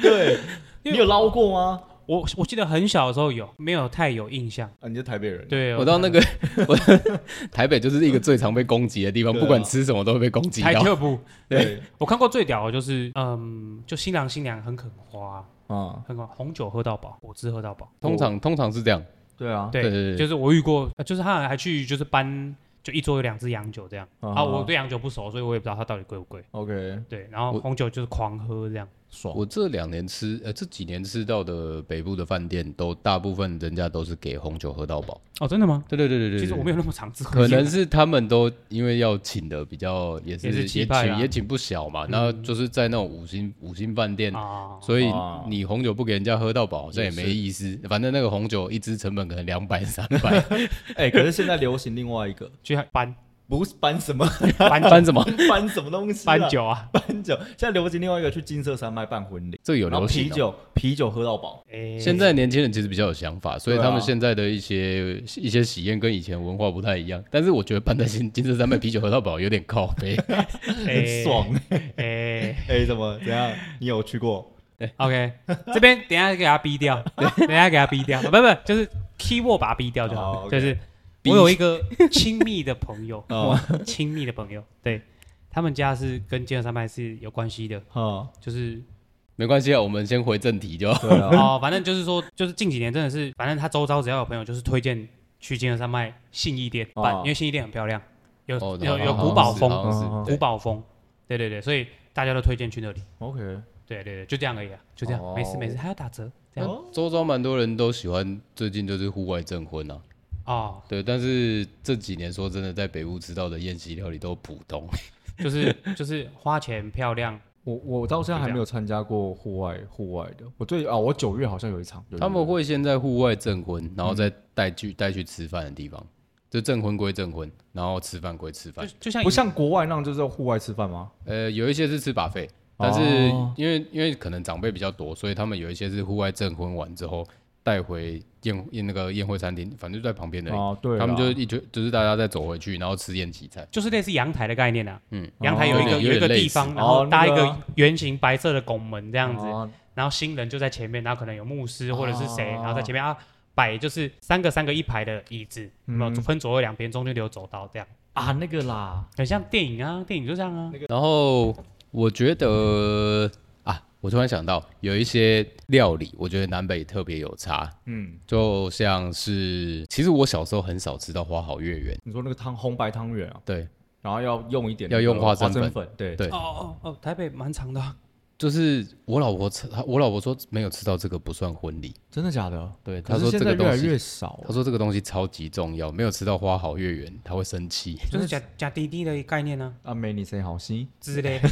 S1: 对，你有捞过吗？
S3: 我我记得很小的时候有，没有太有印象。
S1: 啊，你是台北人，
S3: 对，
S2: 我到那个我 台北就是一个最常被攻击的地方，
S1: 对啊
S2: 不管吃什么都会被攻击
S3: 台
S2: 到。
S3: 特部，
S1: 对，
S3: 我看过最屌的就是，嗯，就新郎新娘很肯花，
S1: 啊，
S3: 很肯花红酒喝到饱，果汁喝到饱。
S2: 通常通常是这样，
S1: 对啊，
S3: 对
S2: 对对对
S3: 就是我遇过，呃就是他还去就是搬，就一桌有两支洋酒这样。
S1: 啊
S3: 啊，我对洋酒不熟，所以我也不知道它到底贵不贵。
S1: OK，
S3: 对，然后
S2: 我
S3: 红酒就是狂喝这样。
S1: 爽，
S2: 我这两年吃，呃，这几年吃到的北部的饭店，都大部分人家都是给红酒喝到饱。
S3: 哦，真的吗？
S2: 对对对对对，
S3: 其实我
S2: 对
S3: 没有那么常吃，
S2: 可能是他们都因为要请的比较也是
S3: 也是气
S2: 也
S3: 派啦啊嗯
S2: 请也请不小嘛，然后就是在那种五星五星饭店，
S3: 啊，
S2: 所以
S1: 哦
S2: 你红酒不给人家喝到饱，好像也没意思。反正那个红酒一支成本可能两百三 百，
S1: 哎，可是现在流行另外一个，
S3: 去搬
S1: 不是搬什么
S3: 搬
S2: 翻什么？
S1: 搬什么东西啊，
S3: 搬酒啊，
S1: 搬酒，现在流行另外一个去金色山脉办婚礼，
S2: 这个有
S1: 然后
S2: 流行
S1: 啤
S2: 哦。
S1: 酒啤酒喝到饱，
S3: 哎
S2: 现在年轻人其实比较有想法，所以
S1: 对啊
S2: 他们现在的一些
S3: 啊
S2: 一些喜宴跟以前文化不太一样。但是我觉得办在金金色山脉啤酒喝到饱有点靠 背。
S1: 很爽，
S3: 哎
S1: 哎，怎么怎样？你有去过？
S3: ，OK，这边等一下给他逼掉，等一下给他逼掉，啊不不，就是 keyword 把他逼掉就好
S1: 哦
S3: 了。
S1: ，OK，
S3: 就是
S2: 逼
S3: 我有一个亲密的朋友
S1: 哦，
S3: 亲密的朋友，对他们家是跟金融山脉是有关系的，
S1: 哦，
S3: 就是
S2: 没关系啊，我们先回正题 就好。
S1: 对 啊，
S3: 哦，反正就是说，就是近几年真的是，反正他周遭只要有朋友，就是推荐去金融山脉信义店办，
S1: 哦
S3: 因为信义店很漂亮，有
S2: 哦
S3: 有有
S2: 好像
S3: 古堡
S2: 是
S3: 风，嗯
S2: 好像是
S1: 哦
S3: 古堡风，对对对，所以大家都推荐去那里。
S1: OK，
S3: 对对对，就这样而已啊，就这样，没事没事，
S1: 哦
S3: 还要打折这样
S2: 那
S3: 哦
S2: 周遭蛮多人都喜欢，最近就是户外证婚啊。
S3: 哦
S2: 对，但是这几年说真的，在北部吃到的宴席料理都普通。
S3: 就是 就是花钱漂亮，
S1: 我我到现在还没有参加过户外户外的，我最啊，我九月好像有一场，有一
S2: 他们
S1: 场
S2: 会先在户外证婚，然后再带
S3: 嗯
S2: 去带去吃饭的地方，就证婚归证婚，然后吃饭归吃
S3: 就
S2: 饭。
S3: 就像
S1: 不像国外那样就是户外吃饭吗？
S2: 呃，有一些是吃把费，但是
S1: 哦
S2: 因为、因为可能长辈比较多，所以他们有一些是户外证婚完之后带回宴宴那个宴会餐厅，反正就在旁边的、
S1: 哦，对啦，
S2: 他们就一群就是大家再走回去，然后吃宴席菜。
S3: 就是类似阳台的概念啊，
S2: 嗯，
S3: 阳台有一
S2: 哦
S3: 个
S2: 有
S3: 有一个
S2: 点类似
S3: 地方，然
S1: 哦
S3: 后搭一
S1: 那个
S3: 个
S1: 啊
S3: 圆形白色的拱门这
S1: 这
S3: 样子，然后新人就在前面，然后可能有牧师或者是谁，
S1: 哦
S3: 然后在前面啊摆就是三个三个一排的椅子，
S1: 嗯
S3: 然后分左右两边，中间留走道这样，
S1: 啊，那个啦，
S3: 很像电影啊，电影就这样啊，
S2: 然后我觉得啊，我突然想到有一些料理，我觉得南北特别有差，
S1: 嗯，
S2: 就像是其实我小时候很少吃到花好月圆，
S1: 你说那个汤红白汤圆啊，
S2: 对，
S1: 然后要用一点
S2: 要用
S1: 那个花
S2: 花生
S1: 生
S2: 粉
S1: 粉，对
S2: 对
S3: 哦哦哦，台北蛮长的啊，
S2: 就是我老婆吃，她我老婆说没有吃到这个不算婚礼，
S1: 真的假的？
S2: 对，她
S1: 可
S2: 说
S1: 是
S2: 这
S1: 现在
S2: 个
S1: 越
S2: 东
S1: 来
S2: 西。
S1: 越少
S2: 她说这个东西超级重要，没有吃到花好月圆，她会生气。
S3: 就是假假滴滴的概念呢
S1: 啊，没你谁好心，
S3: 之类的。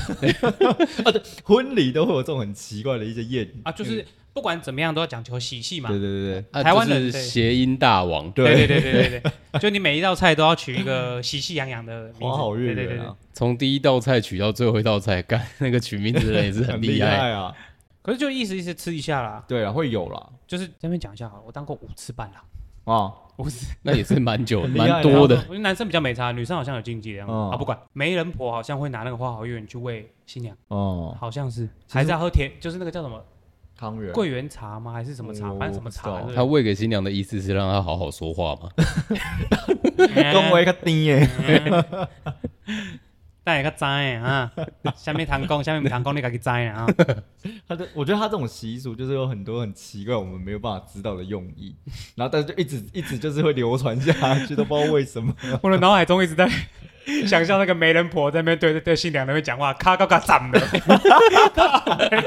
S1: 婚礼都会有这种很奇怪的一些谚语，
S3: 啊，就是不管怎么样都要讲求喜气嘛。
S1: 对对对
S2: 啊
S3: 台湾
S2: 就
S3: 人
S2: 是
S3: 对
S2: 谐音大王，
S1: 对
S3: 对对对对对对，就你每一道菜都要取一个喜气洋洋的名字，
S1: 对，花好月
S3: 对对
S1: 圆
S3: 对对
S1: 啊，，
S2: 从第一道菜取到最后一道菜，干那个取名字的人 也是很厉害。
S1: 啊，
S3: 可是就意思意思吃一下啦，
S1: 对啊，会有啦，
S3: 就是这边讲一下好了，我当过五次伴啦，
S1: 啊，
S3: 五次
S2: 那也是蛮久、
S1: 很厉害啊
S2: 蛮多的。
S3: 我觉得男生比较没差，女生好像有禁忌的样子、
S1: 嗯
S3: 啊，不管媒人婆好像会拿那个花好月圆去喂新娘，
S1: 哦，
S3: 好像是
S1: 实
S3: 还是要喝甜，就是那个叫什么
S1: 汤圆，
S3: 桂圆茶吗？还是什么茶？
S1: 我
S3: 反正什么
S1: 我
S3: 茶
S1: 不，知
S2: 他喂给新娘的意思是让她好好说话嘛？
S3: 对不对
S1: 恭维个丁耶，
S3: 等下较知的啊，下面谈讲，下面不谈讲，你家己知 的啊。
S1: 他的，我觉得他这种习俗就是有很多很奇怪我们没有办法知道的用意， 然后但是就一直一直就是会流传下去，都不知道为 什么。
S3: 我的脑海中一直在想象那个媒人婆在那边对对对新娘那边讲话，咔咔咔斩了。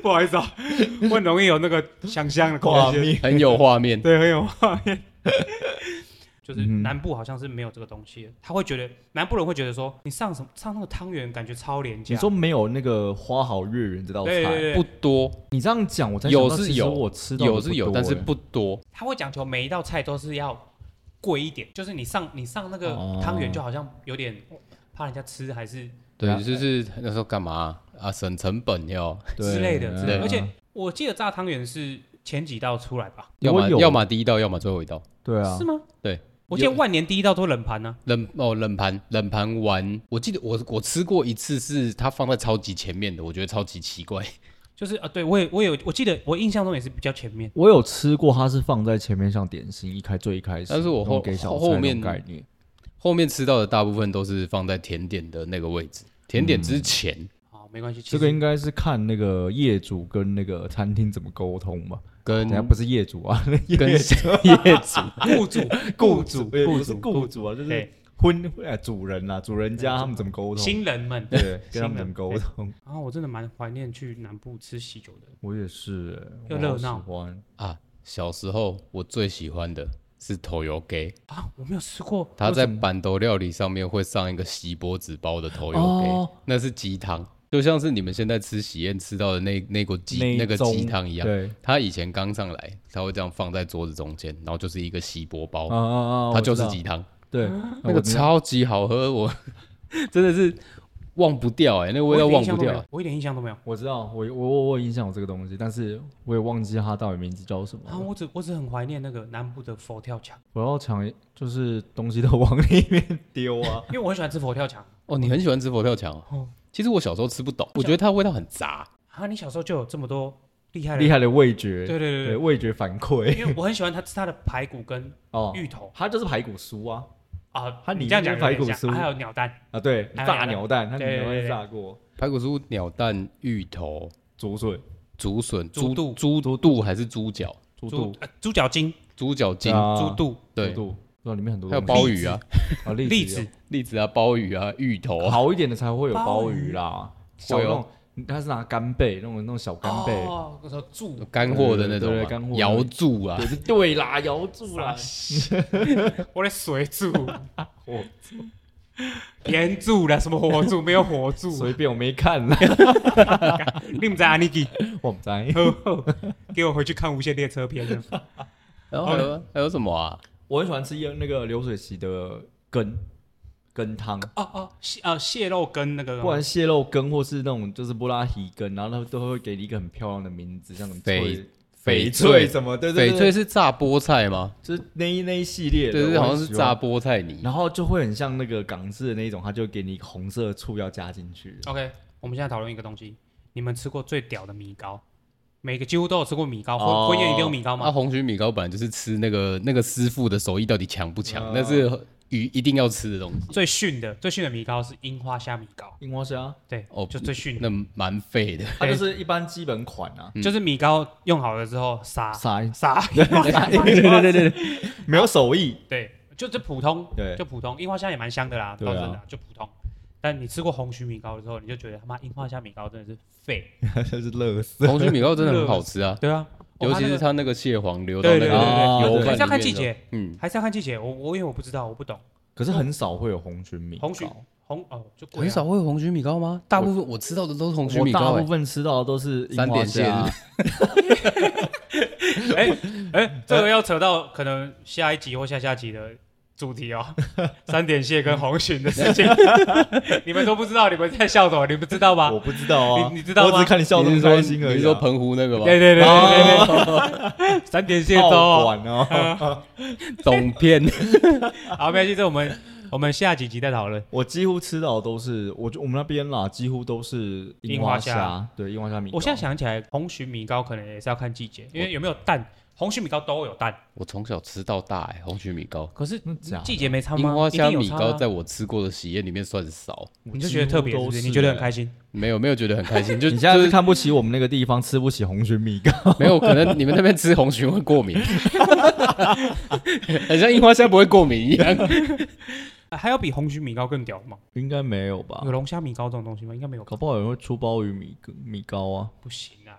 S3: 不好意思啊，我很容易有那个想象的
S1: 画
S3: 空间
S1: 面，
S2: 很有画面。
S3: 对，很有画面。 就是
S1: 嗯
S3: 南部好像是没有这个东西的，他会觉得南部人会觉得说，你上什么上那个汤圆感觉超廉价。
S1: 你说没有那个花好月圆这道菜，
S3: 对对 对
S2: 不
S3: 对，
S2: 多，
S1: 你这样讲我才想
S2: 有
S1: 到
S2: 是
S1: 其实
S2: 有
S1: 我吃到的
S2: 有是有，
S1: 多
S2: 但是
S1: 欸
S2: 不多。
S3: 他会讲求每一道菜都是要贵一点，就是你上你上那个
S1: 哦
S3: 汤圆就好像有点怕人家吃还是
S1: 啊
S2: 对，就是那时候干嘛啊？省成本哟，
S1: 对
S3: 之类的之类的。
S1: 嗯
S3: 而且我记得炸汤圆是前几道出来吧？
S2: 要
S1: 我
S2: 么
S1: 有
S2: 要么第一道，要么最后一道。
S1: 对啊
S3: 是，吗？
S2: 对，
S3: 我记得万年第一道都冷盘呢、
S2: 冷哦，冷盘冷盘完，我记得我我吃过一次，是它放在超级前面的，我觉得超级奇怪。
S3: 就是啊，对我也我有我记得我印象中也是比较前面。
S1: 我有吃过，它是放在前面像点心，一开最一开始，
S2: 但是我后
S1: 然给小菜
S2: 后后面
S1: 那种概念，
S2: 后面吃到的大部分都是放在甜点的那个位置，甜点之前，
S3: 好，没关系，
S1: 这
S3: 其
S1: 个
S3: 实
S1: 应该是看那个业主跟那个餐厅怎么沟通吧。
S2: 跟
S1: 等下不是业主啊，业
S2: 跟业
S1: 主
S2: 主
S3: 雇主雇主
S1: 也
S3: 雇
S1: 不是
S3: 主
S1: 雇主啊，就是
S3: 对
S1: 婚哎主人啦，主人家他们怎么沟通？
S3: 新人们。
S1: 对， 跟他们
S3: 新人
S1: 怎么沟通？
S3: 啊，我真的蛮怀念去南部吃喜酒的。
S1: 我也是欸，
S3: 又
S1: 我
S3: 热
S1: 好喜
S3: 闹
S1: 欢。
S2: 啊，小时候我最喜欢的是头油给，
S3: 啊，我没有吃过，
S2: 它在板豆料理上面会上一个锡箔纸包的头油给，
S1: 哦
S2: 那是鸡汤，就像是你们现在吃喜宴吃到的那那锅鸡
S1: 那
S2: 那个
S1: 盅
S2: 鸡汤一样。
S1: 对，
S2: 它以前刚上来，它会这样放在桌子中间，然后就是一个锡箔包，
S1: 啊啊啊！
S2: 它
S1: 我
S2: 就
S1: 知
S2: 是
S1: 道
S2: 鸡汤，
S1: 对
S3: 啊
S2: 那
S1: 啊
S2: 个
S1: 我知道
S2: 超级好喝，我 真的是忘不掉哎、那个
S3: 我
S2: 味
S3: 一
S2: 道
S3: 点
S2: 忘
S3: 印象
S2: 不
S3: 都没
S2: 掉
S3: 有，。我一点印象都没有。
S1: 我知道，我我我我有印象有这个东西，但是我也忘记它到底名字叫什么
S3: 啊，
S1: 了。
S3: 我只我只很怀念那个南部的佛跳墙，
S1: 我要抢，就是东西都往里面丢 啊。
S3: 因为我很喜欢吃佛跳墙。
S2: 哦，你很喜欢吃佛跳墙、哦？
S3: 哦
S2: 其实我小时候吃不懂，我觉得它的味道很杂。
S3: 啊，你小时候就有这么多厉害的？
S1: 厉
S3: 害。
S1: 害的味觉，
S3: 对对对对
S1: 味觉反馈
S3: 因为我很喜欢它吃它的排骨跟
S1: 哦，
S3: 芋头
S1: 它就是排骨酥啊
S3: 啊，
S1: 它里
S3: 你这样
S1: 面
S3: 讲
S1: 是
S3: 有
S1: 排
S3: 点
S1: 骨
S3: 像
S1: 酥
S3: 啊还有鸟蛋，
S1: 啊，对，
S3: 还有
S1: 炸
S3: 鸟
S1: 鸟蛋，它里
S3: 哎对
S1: 面
S3: 对对
S1: 会炸过
S2: 排骨酥、鸟蛋、芋头、
S1: 竹笋、
S2: 竹笋、
S3: 猪
S2: 猪
S3: 肚
S2: 猪肚还是猪脚、
S1: 猪
S3: 猪
S1: 肚、
S3: 呃猪脚筋、
S2: 猪脚筋，
S1: 啊
S3: 猪肚、
S1: 猪
S2: 对，
S1: 肚，那里面很多
S2: 还有
S1: 东西
S2: 鲍鱼啊、
S1: 啊，
S3: 栗
S1: 栗
S3: 子
S1: 子，
S2: 栗子啊、鲍鱼啊、芋头
S1: 有，
S2: 啊，
S1: 好一点的才会有
S3: 鲍
S1: 鲍
S3: 鱼
S1: 鱼啦，小那种，它是拿干贝那种那种小干贝，
S3: 哦，那时候住
S2: 干货的那
S1: 对
S2: 种
S1: 对对
S2: 嘛
S1: 干货，的
S2: 瑶柱啊
S1: 对，对对啦，摇住啦，
S3: 我的水柱、 火柱、盐柱啦，什么火柱？没有火柱
S1: 随，便我没看 啦，
S3: 啊你们在阿尼基，
S1: 我不在。
S3: 哦给我回去看《无限列车》篇了。
S2: 然后还有还有什么啊？
S1: 我很喜欢吃椰那个流水席的羹羹汤，
S3: 哦哦，蟹呃蟹肉跟那个
S1: 不然蟹肉羹或是那种就是布拉提羹，然后他都会给你一个很漂亮的名字，像什么
S2: 翡
S1: 翠
S2: 翡
S1: 翡
S2: 翠
S1: 翠什么，对对
S2: 翡
S1: 对，
S2: 翠是炸菠菜吗？
S1: 就是那一那一系列的，
S2: 对对，
S1: 我很
S2: 好像是
S1: 喜欢
S2: 炸，菠菜泥。
S1: 然后就会很像那个港式的那一种，它就给你红色的醋要加进去。
S3: OK，我们现在讨论一个东西，你们吃过最屌的米糕？每个几乎都有吃过米糕，婚
S1: 哦
S3: 婚宴一定有米糕
S2: 那
S3: 吗？
S2: 啊红曲米糕本来就是吃那个那个师傅的手艺到底强不强，
S3: 啊
S2: 那是鱼一定要吃的东西。
S3: 最逊的最逊的米糕是樱花虾米糕，
S1: 樱花虾，
S3: 对，
S2: 哦
S3: 就最逊的，
S2: 那蛮废 的，
S1: 它就是一般基本款啊，
S3: 就是米糕用好了之后撒
S1: 啥？
S3: 撒，
S1: 对对对对对，没有手艺，
S3: 对，就是普通，
S1: 对
S3: 就普通。樱花虾也蛮香的啦，
S1: 对
S3: 说
S1: 啊
S3: 真的就普通。但你吃过红曲米糕的时候，你就觉得他妈樱花虾米糕真的是废。
S1: 就是乐色。
S2: 红曲米糕真的很好吃啊，
S3: 对啊，
S2: 尤其是
S3: 它
S2: 它那个蟹黄流到那
S3: 对对
S1: 对
S2: 个
S1: 对
S2: 油
S1: 对
S2: 饭里面
S3: 还是要
S2: 的
S3: 看季节，
S2: 嗯，
S3: 还是要看季节。我我因为我不知道，我不懂
S1: 可是很少会有红曲米糕，
S3: 红曲红哦，就贵啊
S2: 很少会有红曲米糕吗？大部分我吃到的都是红曲
S1: 我
S2: 米
S1: 大
S2: 糕
S1: 部
S2: 欸，
S1: 分吃到的都是樱
S2: 三
S1: 花
S2: 点线
S1: 虾，
S3: 哎 哎，这个要扯到可能下一集或下下集的主题 哦，三点蟹跟红鲟的事情，你们都不知道，你们在笑什么？你们知道吗
S1: 我？不知道啊，
S3: 你你知道吗
S1: 我只是看你笑得
S2: 你
S1: 很
S2: 是说
S1: 开心而已、啊。
S2: 你是说澎湖那个吗？
S3: 对对对对对对，
S2: 哦
S3: 三点蟹
S1: 爆
S3: 粥。
S1: 管哦，
S2: 总片
S3: 好，没关系，这我们我们下几集再讨论。
S1: 我几乎吃到的都是我就我们那边啦，几乎都是
S3: 樱花虾
S1: 虾，对樱花虾米糕。
S3: 我现在想起来，红曲米糕可能也是要看季节，因为有没有蛋，红曲米糕都有蛋，
S2: 我从小吃到大哎、红曲米糕，
S3: 可是
S1: 真的假的
S3: 季节没差
S2: 樱
S3: 吗？
S2: 花
S3: 一定
S2: 虾
S3: 有
S2: 米
S3: 差
S2: 糕
S3: 啊
S2: 在我吃过的喜宴里面算少，
S3: 你就觉得特别，是不
S1: 几
S3: 是
S1: 乎都是
S3: 你觉得很开心？
S2: 没有没有觉得很开心，就
S1: 你现在
S2: 就是
S1: 看不起我们那个地方，吃不起红曲米糕，
S2: 没有，可能你们那边吃红鲟会过敏， 很像樱花虾不会过敏一样。
S3: 啊还有比红曲米糕更屌的吗？
S1: 应该没有吧
S2: 啊
S3: 有？龙虾米糕这种东西吗？应该没有，
S1: 搞不好有人会出鲍鱼米米糕啊。
S3: 不行啊！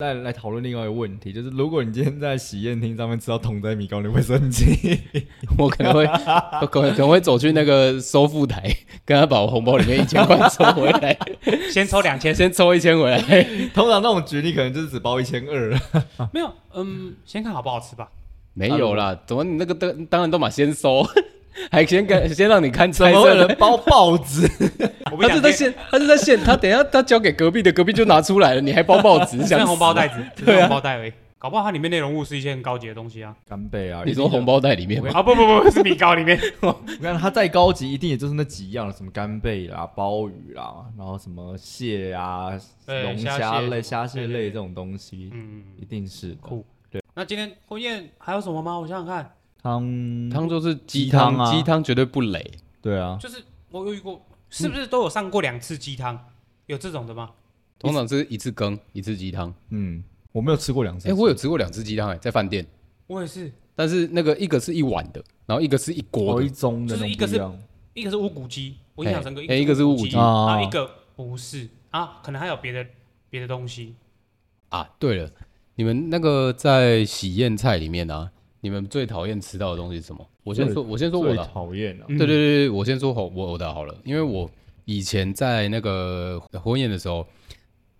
S1: 再来讨论另外一个问题，就是如果你今天在喜宴厅上面吃到桶仔米糕，你会生气？
S2: 我可能会，我可能可能会走去那个收付台，跟他把我红包里面一千块抽回来，
S3: 先抽两千，
S2: 先抽一千回来。
S1: 通常那种局你可能就是只包一千二，
S2: 啊
S3: 没有，嗯，先看好不好吃 吧。
S2: 没有啦，怎么你那个当当然都嘛先收，还先跟先让你看
S1: 怎
S2: 猜
S1: 么会有
S2: 测
S1: 人包报纸？
S3: 我不
S2: 他啊
S3: 讲
S2: 是在现，他是在现，他等一下他交给隔壁的，隔壁就拿出来了，你还包报 纸，
S3: 只剩
S2: 想
S3: 红包
S2: 死啊？
S3: 袋子，只剩红包袋而已。搞不好它里面内容物是一些很高级的东西啊！
S1: 干贝啊！
S2: 你说红
S1: 包，
S2: 包袋里面吗？
S3: 啊不不不，是米糕里面。
S1: 你看它再高级，一定也就是那几样了，什么干贝啦、鲍鱼啦，然后什么蟹啊、
S3: 对
S1: 龙
S3: 虾
S1: 虾
S3: 蟹
S1: 类、虾蟹
S3: 对对
S1: 类
S3: 对
S1: 这种东西，
S3: 嗯，
S1: 一定是的
S3: 酷。那今天婚宴还有什么吗？我想想
S2: 啊
S3: 看，
S1: 汤
S2: 汤就是鸡
S1: 鸡汤
S2: 汤，
S1: 啊
S2: 鸡汤绝对不累。
S1: 对啊，
S3: 就是我有遇过，是不是都有上过两次鸡汤？有这种的吗？
S2: 通常是一次羹，一次鸡汤。
S1: 嗯，我没有吃过两次。
S2: 哎、我有吃过两次鸡汤哎，在饭店，
S3: 我也是，
S2: 但是那个一个是一碗的，然后一个是一锅
S1: 我哦一
S2: 的。
S1: 盅的
S3: 就是
S1: 那
S3: 一
S1: 种
S3: 个
S1: 不
S3: 是
S1: 一样，
S3: 一个是乌骨鸡，我印象深刻。
S2: 哎一个是乌骨鸡
S1: 啊
S3: 啊，一个不是啊，可能还有别的别的东西。
S2: 啊，对了，你们那个在喜宴菜里面啊，你们最讨厌吃到的东西是什么？我先说，我先说我
S1: 最
S2: 的啊。
S1: 讨厌了。
S2: 对
S3: 嗯
S2: 对对对，我先说好我我的好了，因为我以前在那个婚宴的时候，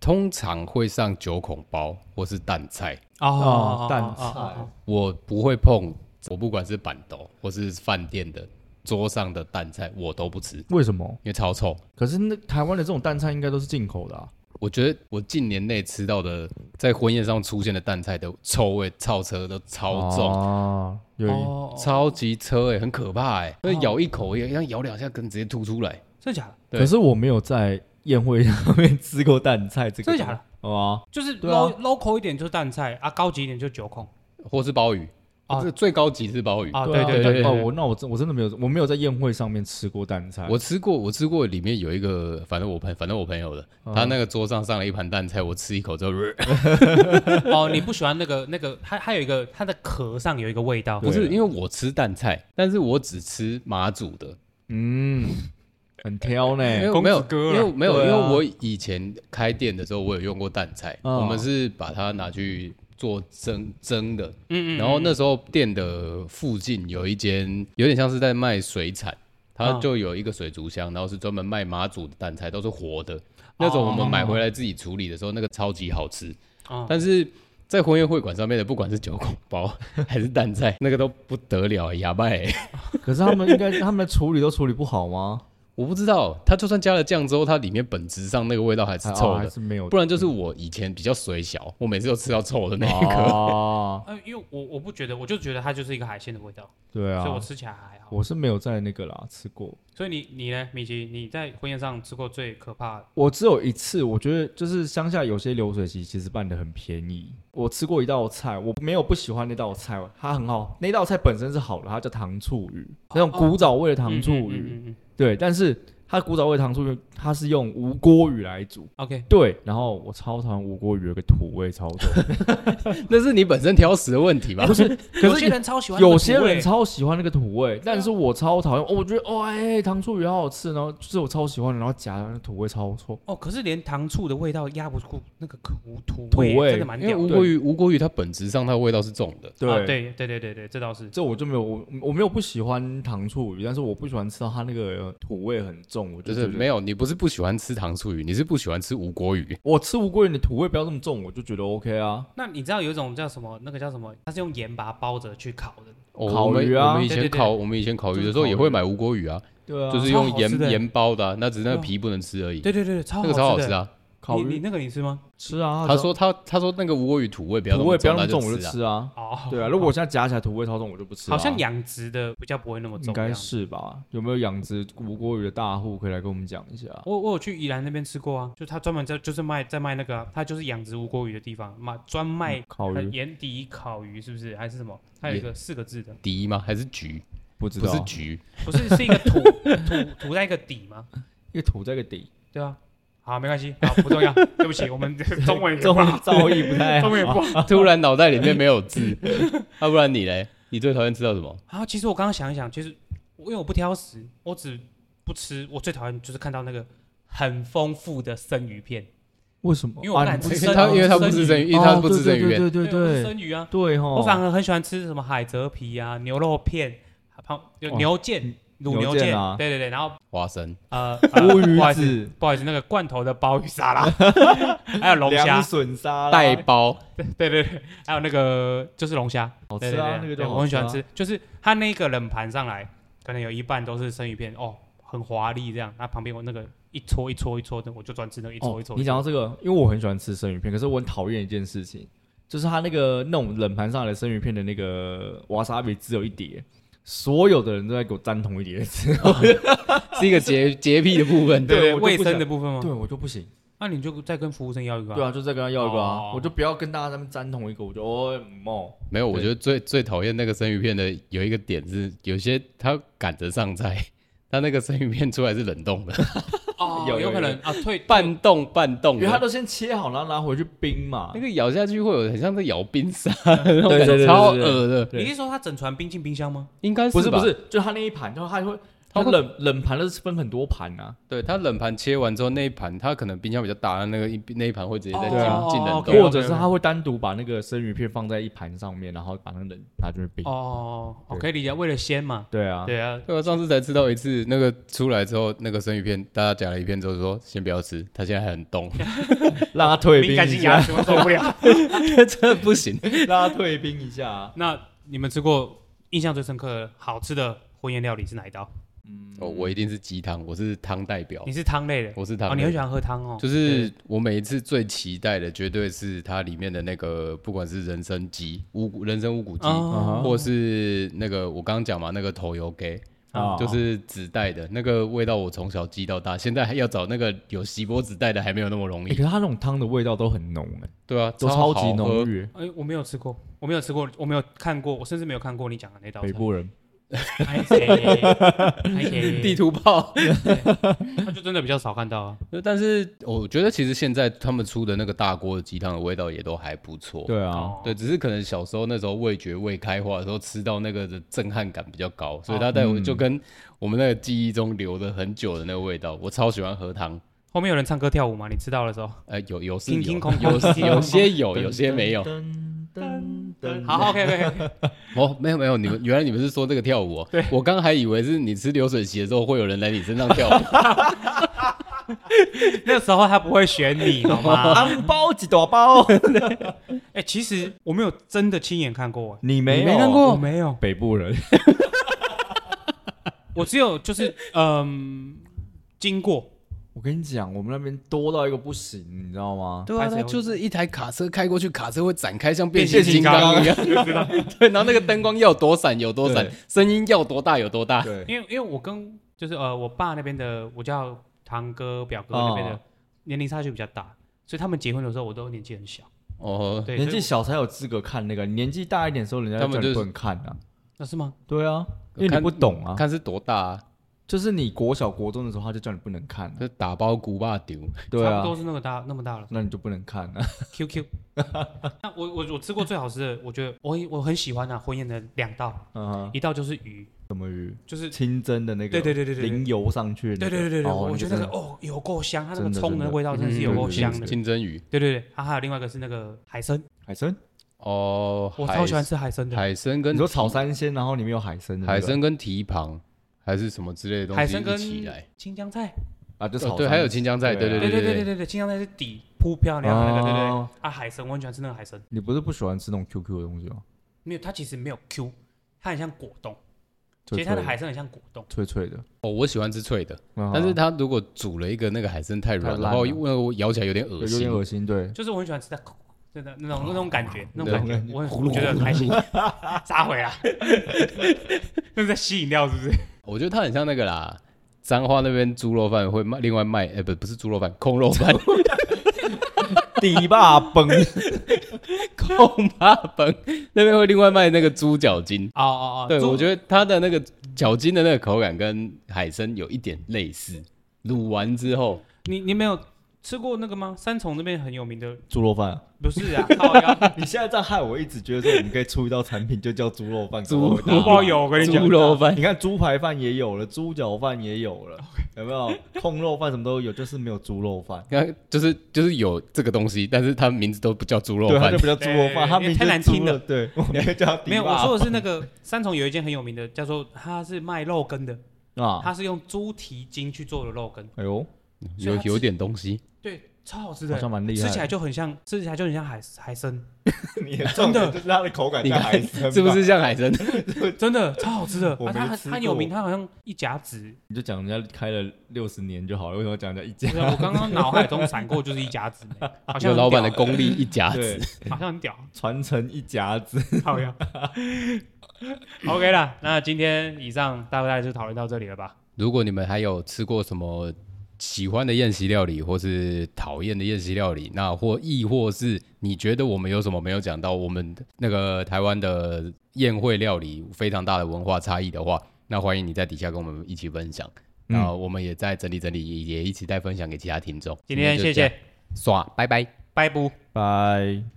S2: 通常会上九孔包或是蛋菜，
S1: 哦
S3: 哦，
S1: 蛋
S3: 哦哦
S1: 菜
S3: 哦
S2: 我不会碰，我不管是板豆或是饭店的桌上的蛋菜，我都不吃，因
S1: 为什么？
S2: 为超臭。
S1: 可是那台湾的这种蛋菜应该都是进口的啊。
S2: 我觉得我近年内吃到的在婚宴上出现的蛋菜的臭味、超车都超重，
S1: 啊，有一
S3: 哦，哦
S2: 超级车哎、很可怕哎、那咬一口也像咬两下，可能直接吐出来。
S3: 真的假的？
S2: 对
S1: 可是我没有在宴会上面吃过蛋菜这个。
S3: 真的假的？
S1: 的？啊，
S3: 就是
S1: 对啊
S3: low local 一点就是蛋菜啊，高级一点就是九孔
S2: 或是鲍鱼
S3: 啊
S2: 这最高级是鲍鱼。
S3: 啊，
S1: 对
S3: 对
S1: 啊
S3: 对
S2: 对
S3: 对
S1: 哦，
S3: 对，
S1: 我那我真我真的没有，我没有在宴会上面吃过蛋菜。
S2: 我吃过，我吃过，里面有一个，反正我朋，反正我朋友的，他那个桌上上了一盘蛋菜，我吃一口之后，
S3: 哦，你不喜欢那个那个，它它有一个它的壳上有一个味道，
S2: 不
S1: 对
S2: 是
S1: 啊
S2: 因为我吃蛋菜，但是我只吃马祖的，
S1: 嗯，很挑呢。
S2: 因为
S3: 公
S2: 没有
S3: 子，哥
S2: 因
S3: 啊
S2: 为没有，
S1: 对
S2: 因为
S1: 啊
S2: 我以前开店的时候，我有用过蛋菜，
S1: 哦
S2: 我们是把它拿去做蒸蒸的。
S3: 嗯嗯，
S2: 然后那时候店的附近有一间，有点像是在卖水产，它
S3: 哦
S2: 就有一个水族箱，然后是专门卖马祖的蛋菜，都是活
S3: 哦
S2: 的。那种我们买回来自己处理的时候，那个超级好吃。
S3: 哦
S2: 但是在婚宴会馆上面的，不管是九孔包 还是蛋菜，那个都不得了，哑巴、欸。
S1: 可是他们应该 他们的处理都处理不好吗？
S2: 我不知道，它就算加了酱之后，它里面本质上那个味道还是
S3: 啊
S1: 还
S2: 臭
S1: 哦还
S2: 的。
S1: 是没有
S2: 不然就是我以前比较水小，我每次都吃到臭的那
S1: 哦
S2: 一个。
S1: 啊？
S3: 呃，因为我我不觉得，我就觉得它就是一个海鲜的味道，
S1: 对啊
S3: 所以，我吃起来还好。
S1: 我是没有在那个啦吃过。
S3: 所以你你呢，米奇，你在婚宴上吃过最可怕的
S1: 我只有一次，我觉得就是乡下有些流水席其实办的很便宜。我吃过一道菜，我没有不喜欢那道菜，它很好。那道菜本身是好的，它叫糖醋鱼，那种古早味的糖醋鱼。
S3: 哦嗯嗯嗯嗯嗯
S1: 对，但是它古早味的糖醋鱼，它是用无锅鱼来煮。
S3: OK，
S1: 对，然后我超讨厌无锅鱼，有个土味超重。
S2: 那是你本身挑食的问题吧？不 是，
S1: 可
S3: 有
S1: 哎是
S3: 些人超喜欢那个
S1: 有
S3: 土
S1: 些人
S3: 味，啊
S1: 超喜欢那个土味，但是我超讨厌。哦我觉得哇、哎、糖醋鱼好好吃，然后就是我超喜欢的，然后夹那个土味超臭。
S3: 哦，可是连糖醋的味道压不住那个苦土
S1: 土味
S3: 真的蛮
S2: 因为
S3: 屌
S2: 无
S3: 的。
S2: 锅鱼，无锅鱼它本质上它的味道是重的。
S1: 对、
S3: 啊对对对对对，这倒是。
S1: 这我就没有，我我没有不喜欢糖醋鱼，但是我不喜欢吃到它那个土味很重，我
S2: 就
S1: 就是是
S2: 没
S1: 有。
S2: 有，你不是不喜欢吃糖醋鱼，你是不喜欢吃无锅鱼。
S1: 我吃无龟鱼的土味不要这么重，我就觉得 OK 啊。
S3: 那你知道有一种叫什么，那个叫什么？它是用盐把它包着去烤的，
S2: 哦
S1: 烤
S2: 我们
S1: 鱼啊
S2: 我们以
S3: 对
S2: 前
S3: 对对
S2: 烤，我们以前烤鱼的时
S1: 就是
S2: 候
S1: 烤鱼
S2: 也会买无锅鱼啊，
S1: 对啊，
S2: 就是
S3: 超
S2: 用
S3: 好吃
S2: 盐
S3: 的
S2: 盐包的啊，那只是那个
S3: 对啊
S2: 皮不能吃而已。
S3: 对对对，超
S2: 那个超好
S3: 吃
S2: 吃
S3: 的。
S2: 啊！
S1: 烤
S3: 你你
S1: 鱼
S3: 那个你吃吗？
S1: 吃啊。
S2: 他说他他说那个无味与土味不要那
S1: 土
S2: 么
S1: 味不要
S2: 重，
S1: 那
S2: 他
S1: 么重，我就
S2: 吃啊。
S1: 吃啊。
S3: 哦，
S1: 对啊，如果我现在夹起来土味超重，我就不吃啊。
S3: 好像养殖的比较不会那么重
S1: 应
S3: 这
S1: 该
S3: 样。
S1: 是吧？有没有养殖无锅鱼的大户可以来跟我们讲一下？
S3: 我我有去宜兰那边吃过啊，就他专门在就是卖在卖那个、啊，他就是养殖无锅鱼的地方，卖专卖
S1: 烤
S3: 呃
S1: 鱼
S3: 盐底烤鱼是不是？还是什么？它有一个四个字的，
S2: 敌吗？还是菊？
S1: 不知
S2: 不
S1: 道
S2: 是，菊，
S3: 不是是一个 土土土在一个底吗？
S1: 一个土在一个底，
S3: 对啊，好，没关系，好不重要，对不起，我们 中文也
S1: 中
S3: 不
S1: 文
S3: 好
S1: 造诣不 太好
S3: 中文也不好
S2: 突然脑袋里面没有字。啊要不然你嘞？你最讨厌吃到什么？
S3: 啊。其实我刚刚想一想，其实我因为我不挑食，我只不吃，我最讨厌就是看到那个很丰富的生鱼片，
S1: 为什么？
S3: 因为我
S1: 啊
S3: 不敢
S1: 你
S3: 吃
S1: 不
S2: 因
S1: 是
S2: 为他因为他不吃生鱼，因为他不吃生鱼片。
S1: 哦对对对对
S3: 我
S1: 哦对
S3: 吃生鱼啊，
S1: 对哈。
S3: 我反而很喜欢吃什么海蜇皮啊、牛肉片、旁有
S1: 哇
S3: 牛腱、卤
S1: 牛
S3: 牛
S1: 腱
S3: 腱，
S1: 啊
S3: 对对对，然后
S2: 花生，
S3: 呃，
S1: 乌
S3: 呃不好
S1: 鱼
S3: 意思，
S1: 子、
S3: 不好意思，那个罐头的鲍鱼沙拉， 还有龙
S1: 凉
S3: 虾，
S1: 笋沙
S2: 带
S1: 拉，
S2: 包，
S3: 对对对，还有那个就是龙虾，
S1: 好
S3: 对
S1: 吃
S3: 对
S1: 啊，那
S3: 对
S1: 个
S3: 对，
S1: 就
S3: 我很喜欢吃，就是它那个冷盘上来，可能有一半都是生鱼片哦，很华丽这样，那旁边我那个一撮一撮一撮的，我就专吃那个一撮
S1: 哦
S3: 一撮。，
S1: 你讲到这个，因为我很喜欢吃生鱼片，可是我很讨厌一件事情，就是它那个那种冷盘上来的生鱼片的那个瓦萨比只有一碟，所有的人都在给我沾同一碟吃，
S2: 是一个洁洁癖的部分。
S3: 对
S1: 对
S3: 对
S1: 我就不
S3: 卫生
S1: 想
S3: 的部分吗？
S1: 对我就不行。
S3: 那你就再跟服务生要一个。
S1: 对，啊，就再跟他要一个啊，
S3: 哦
S1: 我就不要跟大家他们沾同一个，我就哦哦，
S2: 没有，我
S1: 对
S2: 觉得最最讨厌那个生鱼片的有一个点是，有些他赶着上菜，他那个生鱼片出来是冷冻 的，
S3: 哦，
S1: 有有
S3: 有可能
S1: 有
S3: 啊，退
S2: 半冻半冻
S1: 因为他
S2: 的，
S1: 都先切好，然后拿回去冰嘛
S2: 那。个咬下去会有很像在咬冰 沙那种
S1: 对对对
S2: 感觉，
S1: 对
S2: 超
S1: 对
S2: 恶的，
S1: 对
S3: 你是说他整船冰进冰箱吗？
S2: 应该
S1: 不是
S2: 吧
S1: 不，是，就他那一盘，就他会，他
S2: 他会
S1: 冷冷盘的是分很多盘啊，
S2: 对，它冷盘切完之后那一盘，它可能冰箱比较大，那个一那一盘会直接再进
S1: 对啊
S2: 进冷
S3: 对 OK
S2: 冻。
S1: 或者是
S3: OK，OK
S1: 他会单独把那个生鱼片放在一盘上面，然后把那个冷拿去冰。
S3: 哦，我
S1: 对
S3: 可以理解，为了鲜嘛。
S1: 对啊，
S3: 对啊，
S2: 对啊，上次才吃到一次，那个出来之后，那个生鱼片大家夹了一片之后说先不要吃，它现在还很冻，
S1: 让他退冰
S3: 敏感
S1: 一
S3: 性
S1: 下
S3: 牙，齿我受不了。
S2: 真的不行。
S1: 让他退冰一下啊。
S3: 那你们吃过印象最深刻的好吃的婚宴料理是哪一道？
S2: 哦，我一定是鸡汤，我是汤代表
S3: 你，是汤类的，
S2: 哦我是汤
S3: 哦，
S2: 代
S3: 你
S2: 表
S3: 很喜欢喝汤哦。
S2: 就是我每一次最期待的，绝对是它里面的那个，不管是人参鸡、乌骨人参乌骨鸡，
S1: 啊
S3: 哦，
S2: 或是那个我刚刚讲嘛，那个头油给，
S1: 啊
S2: 就是纸袋的那个味道，我从小记到大。现在还要找那个有锡箔纸袋的还没有那么容
S1: 欸可
S2: 易。
S1: 是他那种汤的味道都很浓哎，
S2: 对啊，
S1: 都超
S2: 超
S1: 级
S2: 好喝
S1: 浓。郁。
S3: 哎，我没有吃过，我没有吃过，我没有看过，我甚至没有看过你讲的那道菜
S1: 北。部人
S3: 拍谁？拍谁
S2: 地图炮，
S3: 那就真的比较少看到啊。
S2: 但是我觉得其实现在他们出的那个大锅的鸡汤的味道也都还不错。
S1: 对啊，
S3: 哦
S2: 对，，只是可能小时候那时候味觉未开化的时候吃到那个的震撼感比较
S3: 哦
S2: 高，所以它在我
S1: 嗯
S2: 就跟我们那个记忆中留了很久的那个味道。我超喜欢喝汤，
S3: 后面有人唱歌跳舞吗？你吃到的时候，
S2: 呃，有有是
S3: 听听
S2: 有
S3: 空
S2: 有
S3: 空听
S2: 有
S3: 空
S2: 些哦有，有些没有。
S1: 噔噔噔
S3: 好，OK OK，
S2: 哦，没有没有，你们原来你们是说这个跳舞、哦？
S3: 对，
S2: 我刚还以为是你吃流水席的时候会有人来你身上跳舞。
S3: 那时候他不会选你，好吗？
S1: 昂包几大包，
S3: 哎，其实我没有真的亲眼看过，哎
S1: 你没
S2: 你没
S1: 有
S2: 看过
S3: 我没有，
S1: 北部人，
S3: 我只有就是 嗯，经过，
S1: 我跟你讲，我们那边多到一个不行，你知道吗？
S2: 对啊，
S3: 拍谁
S2: 它
S3: 会
S2: 就是一台卡车开过去，卡车会展开像变
S3: 变形
S2: 形
S3: 金
S2: 金
S3: 刚
S2: 刚一样。 对，然后那个灯光要多闪有多闪
S1: 对，
S2: 声音要多大有多大。
S1: 对，
S3: 因为因为我跟就是呃我爸那边的，我叫堂哥表哥那边的、
S1: 哦
S3: 年龄差距比较大，所以他们结婚的时候我都年纪很小，
S2: 哦，
S3: 对，
S1: 年纪
S3: 所以
S1: 小才有资格看那个，年纪大一点的时候，人家
S2: 他们
S1: 叫你
S2: 就是
S1: 不能看啊。
S3: 那是吗？
S1: 对啊，因为你
S2: 看
S1: 不懂啊，
S2: 看是多大、啊，
S1: 就是你国小国中的时候，他就叫你不能看啊、
S2: 就打包古巴丢。
S1: 对
S3: 差
S1: 啊
S3: 不，多是那个大那么大了。
S1: 那你就不能看啊。
S3: QQ，那我我我吃过最好吃的，我觉得我我很喜欢啊婚宴的两道，
S1: 嗯哼，
S3: 一道就是鱼，
S1: 什么鱼？
S3: 就是
S1: 清蒸的那个，
S3: 对对对对对对
S1: 淋油上去的那
S3: 对
S1: 个。
S3: 对对对对，
S1: 哦
S3: 我觉得那
S1: 真
S3: 个
S1: 的
S3: 哦有够香，它那个
S1: 真的
S3: 葱
S1: 真
S3: 的
S1: 的
S3: 味道真的是有
S2: 嗯
S3: 够
S2: 对
S3: 香
S2: 金
S3: 的。
S2: 金针鱼
S3: 对对对，它还有另外一个是那个海参，
S1: 海参，
S2: 哦，
S3: 我
S2: 海
S3: 超喜欢吃海参的。
S2: 海参跟
S1: 你说炒三鲜，然后里面有海参的那个，
S2: 海参跟蹄膀还是什么之类的东
S3: 海
S2: 西
S3: 参跟
S2: 一起来。
S3: 青江菜，
S1: 啊，就
S2: 哦
S1: 炒
S2: 对
S1: 三
S2: 还有青江菜对
S1: 啊
S3: 对对对对对对，青江菜是底铺漂亮的那个，对对对。
S1: 哦
S3: 啊，海参，我很喜欢吃那个海参。
S1: 你不是不喜欢吃那种 QQ 的东西吗？哦
S3: 没有，它其实没有 Q，它很像果冻。
S1: 脆脆
S3: 其实它的海参很像果冻，
S1: 脆脆的，
S2: 哦，我喜欢吃脆的，
S1: 嗯
S2: 但是它如果煮了一个那个海参太软，
S1: 太烂
S2: 然后
S1: 了
S2: 因为我咬起来有点恶
S1: 有有
S2: 心
S1: 点，恶心，对，
S3: 就是我很喜欢吃它，真的那种那种感觉，那
S2: 对
S3: 种感觉，我很我觉得很开心。 撒回来， 那是在吸饮料是不是？
S2: 我觉得它很像那个啦。彰化那边猪肉饭会卖，另外卖，哎、不，不是猪肉饭，空肉饭，
S1: 底吧崩，
S2: 空巴本那边会另外卖那个猪脚筋。
S3: 哦哦哦
S2: 对，我
S3: 得
S2: 觉得它的那个脚筋的那个口感跟海参有一点类似，卤完之后，
S3: 你你没有吃过那个吗？三重那边很有名的，
S1: 猪肉饭。
S3: 不是啊，靠 腰
S1: 你现在这样害我一直觉得说我们可以出一道产品就叫猪肉饭，搞
S2: 猪
S1: 不好
S3: 包邮，我跟你讲
S2: 猪，肉饭
S1: 你看猪排饭也有了，猪脚饭也有了，有没 有？控肉饭什么都有，就是没有猪肉饭。
S2: 看就是就是有这个东西，但是它名字都不叫猪肉
S1: 对，它
S2: 饭
S1: 就，不叫猪肉饭，
S3: 对
S1: 它名字
S3: 太难听
S1: 了。
S3: 了
S1: 对，我们可以叫它
S3: 没
S1: 迪
S3: 有，我
S1: 吧
S3: 说的是那个三重有一间很有名的，叫做它是卖肉羹的，
S1: 啊，
S3: 它是用猪蹄筋去做的肉羹，
S1: 哎 呦，
S2: 有
S3: 所以它
S2: 有点东西。
S3: 对，超好吃
S1: 好
S3: 的，
S1: 像蛮厉害。
S3: 吃起来就很像，吃起来就很像海海参，
S1: 你的重点就是它的口感
S2: 你
S1: 像
S2: 看
S1: 海参吧，
S2: 是不是像海参？
S3: 真的超好吃的。
S1: 我
S3: 啊它
S1: 没
S3: 很
S1: 吃
S3: 它有名，
S1: 过
S3: 它好像一甲子，
S1: 你就讲人家开了六十年就好了，为什么要讲人家一家？
S3: 对啊我刚刚脑海中闪过就是一甲子呢，好像
S2: 有
S3: 很
S2: 老板的
S3: 屌欸
S2: 功力一夹
S1: 对
S2: 子，，
S3: 好像很屌，
S1: 传承一家子。
S3: 好呀。OK 啦，那今天以上大概就讨论到这里了吧？
S2: 如果你们还有吃过什么喜欢的宴席料理，或是讨厌的宴席料理，那或亦或是你觉得我们有什么没有讲到，我们那个台湾的宴会料理非常大的文化差异的话，那欢迎你在底下跟我们一起分享。
S1: 嗯
S2: 那我们也在整理整理，也一起再分享给其他听众。
S3: 今天
S2: 就
S3: 谢
S2: 这样，
S3: 谢，
S2: 刷，拜拜。
S3: 拜拜。
S1: 拜。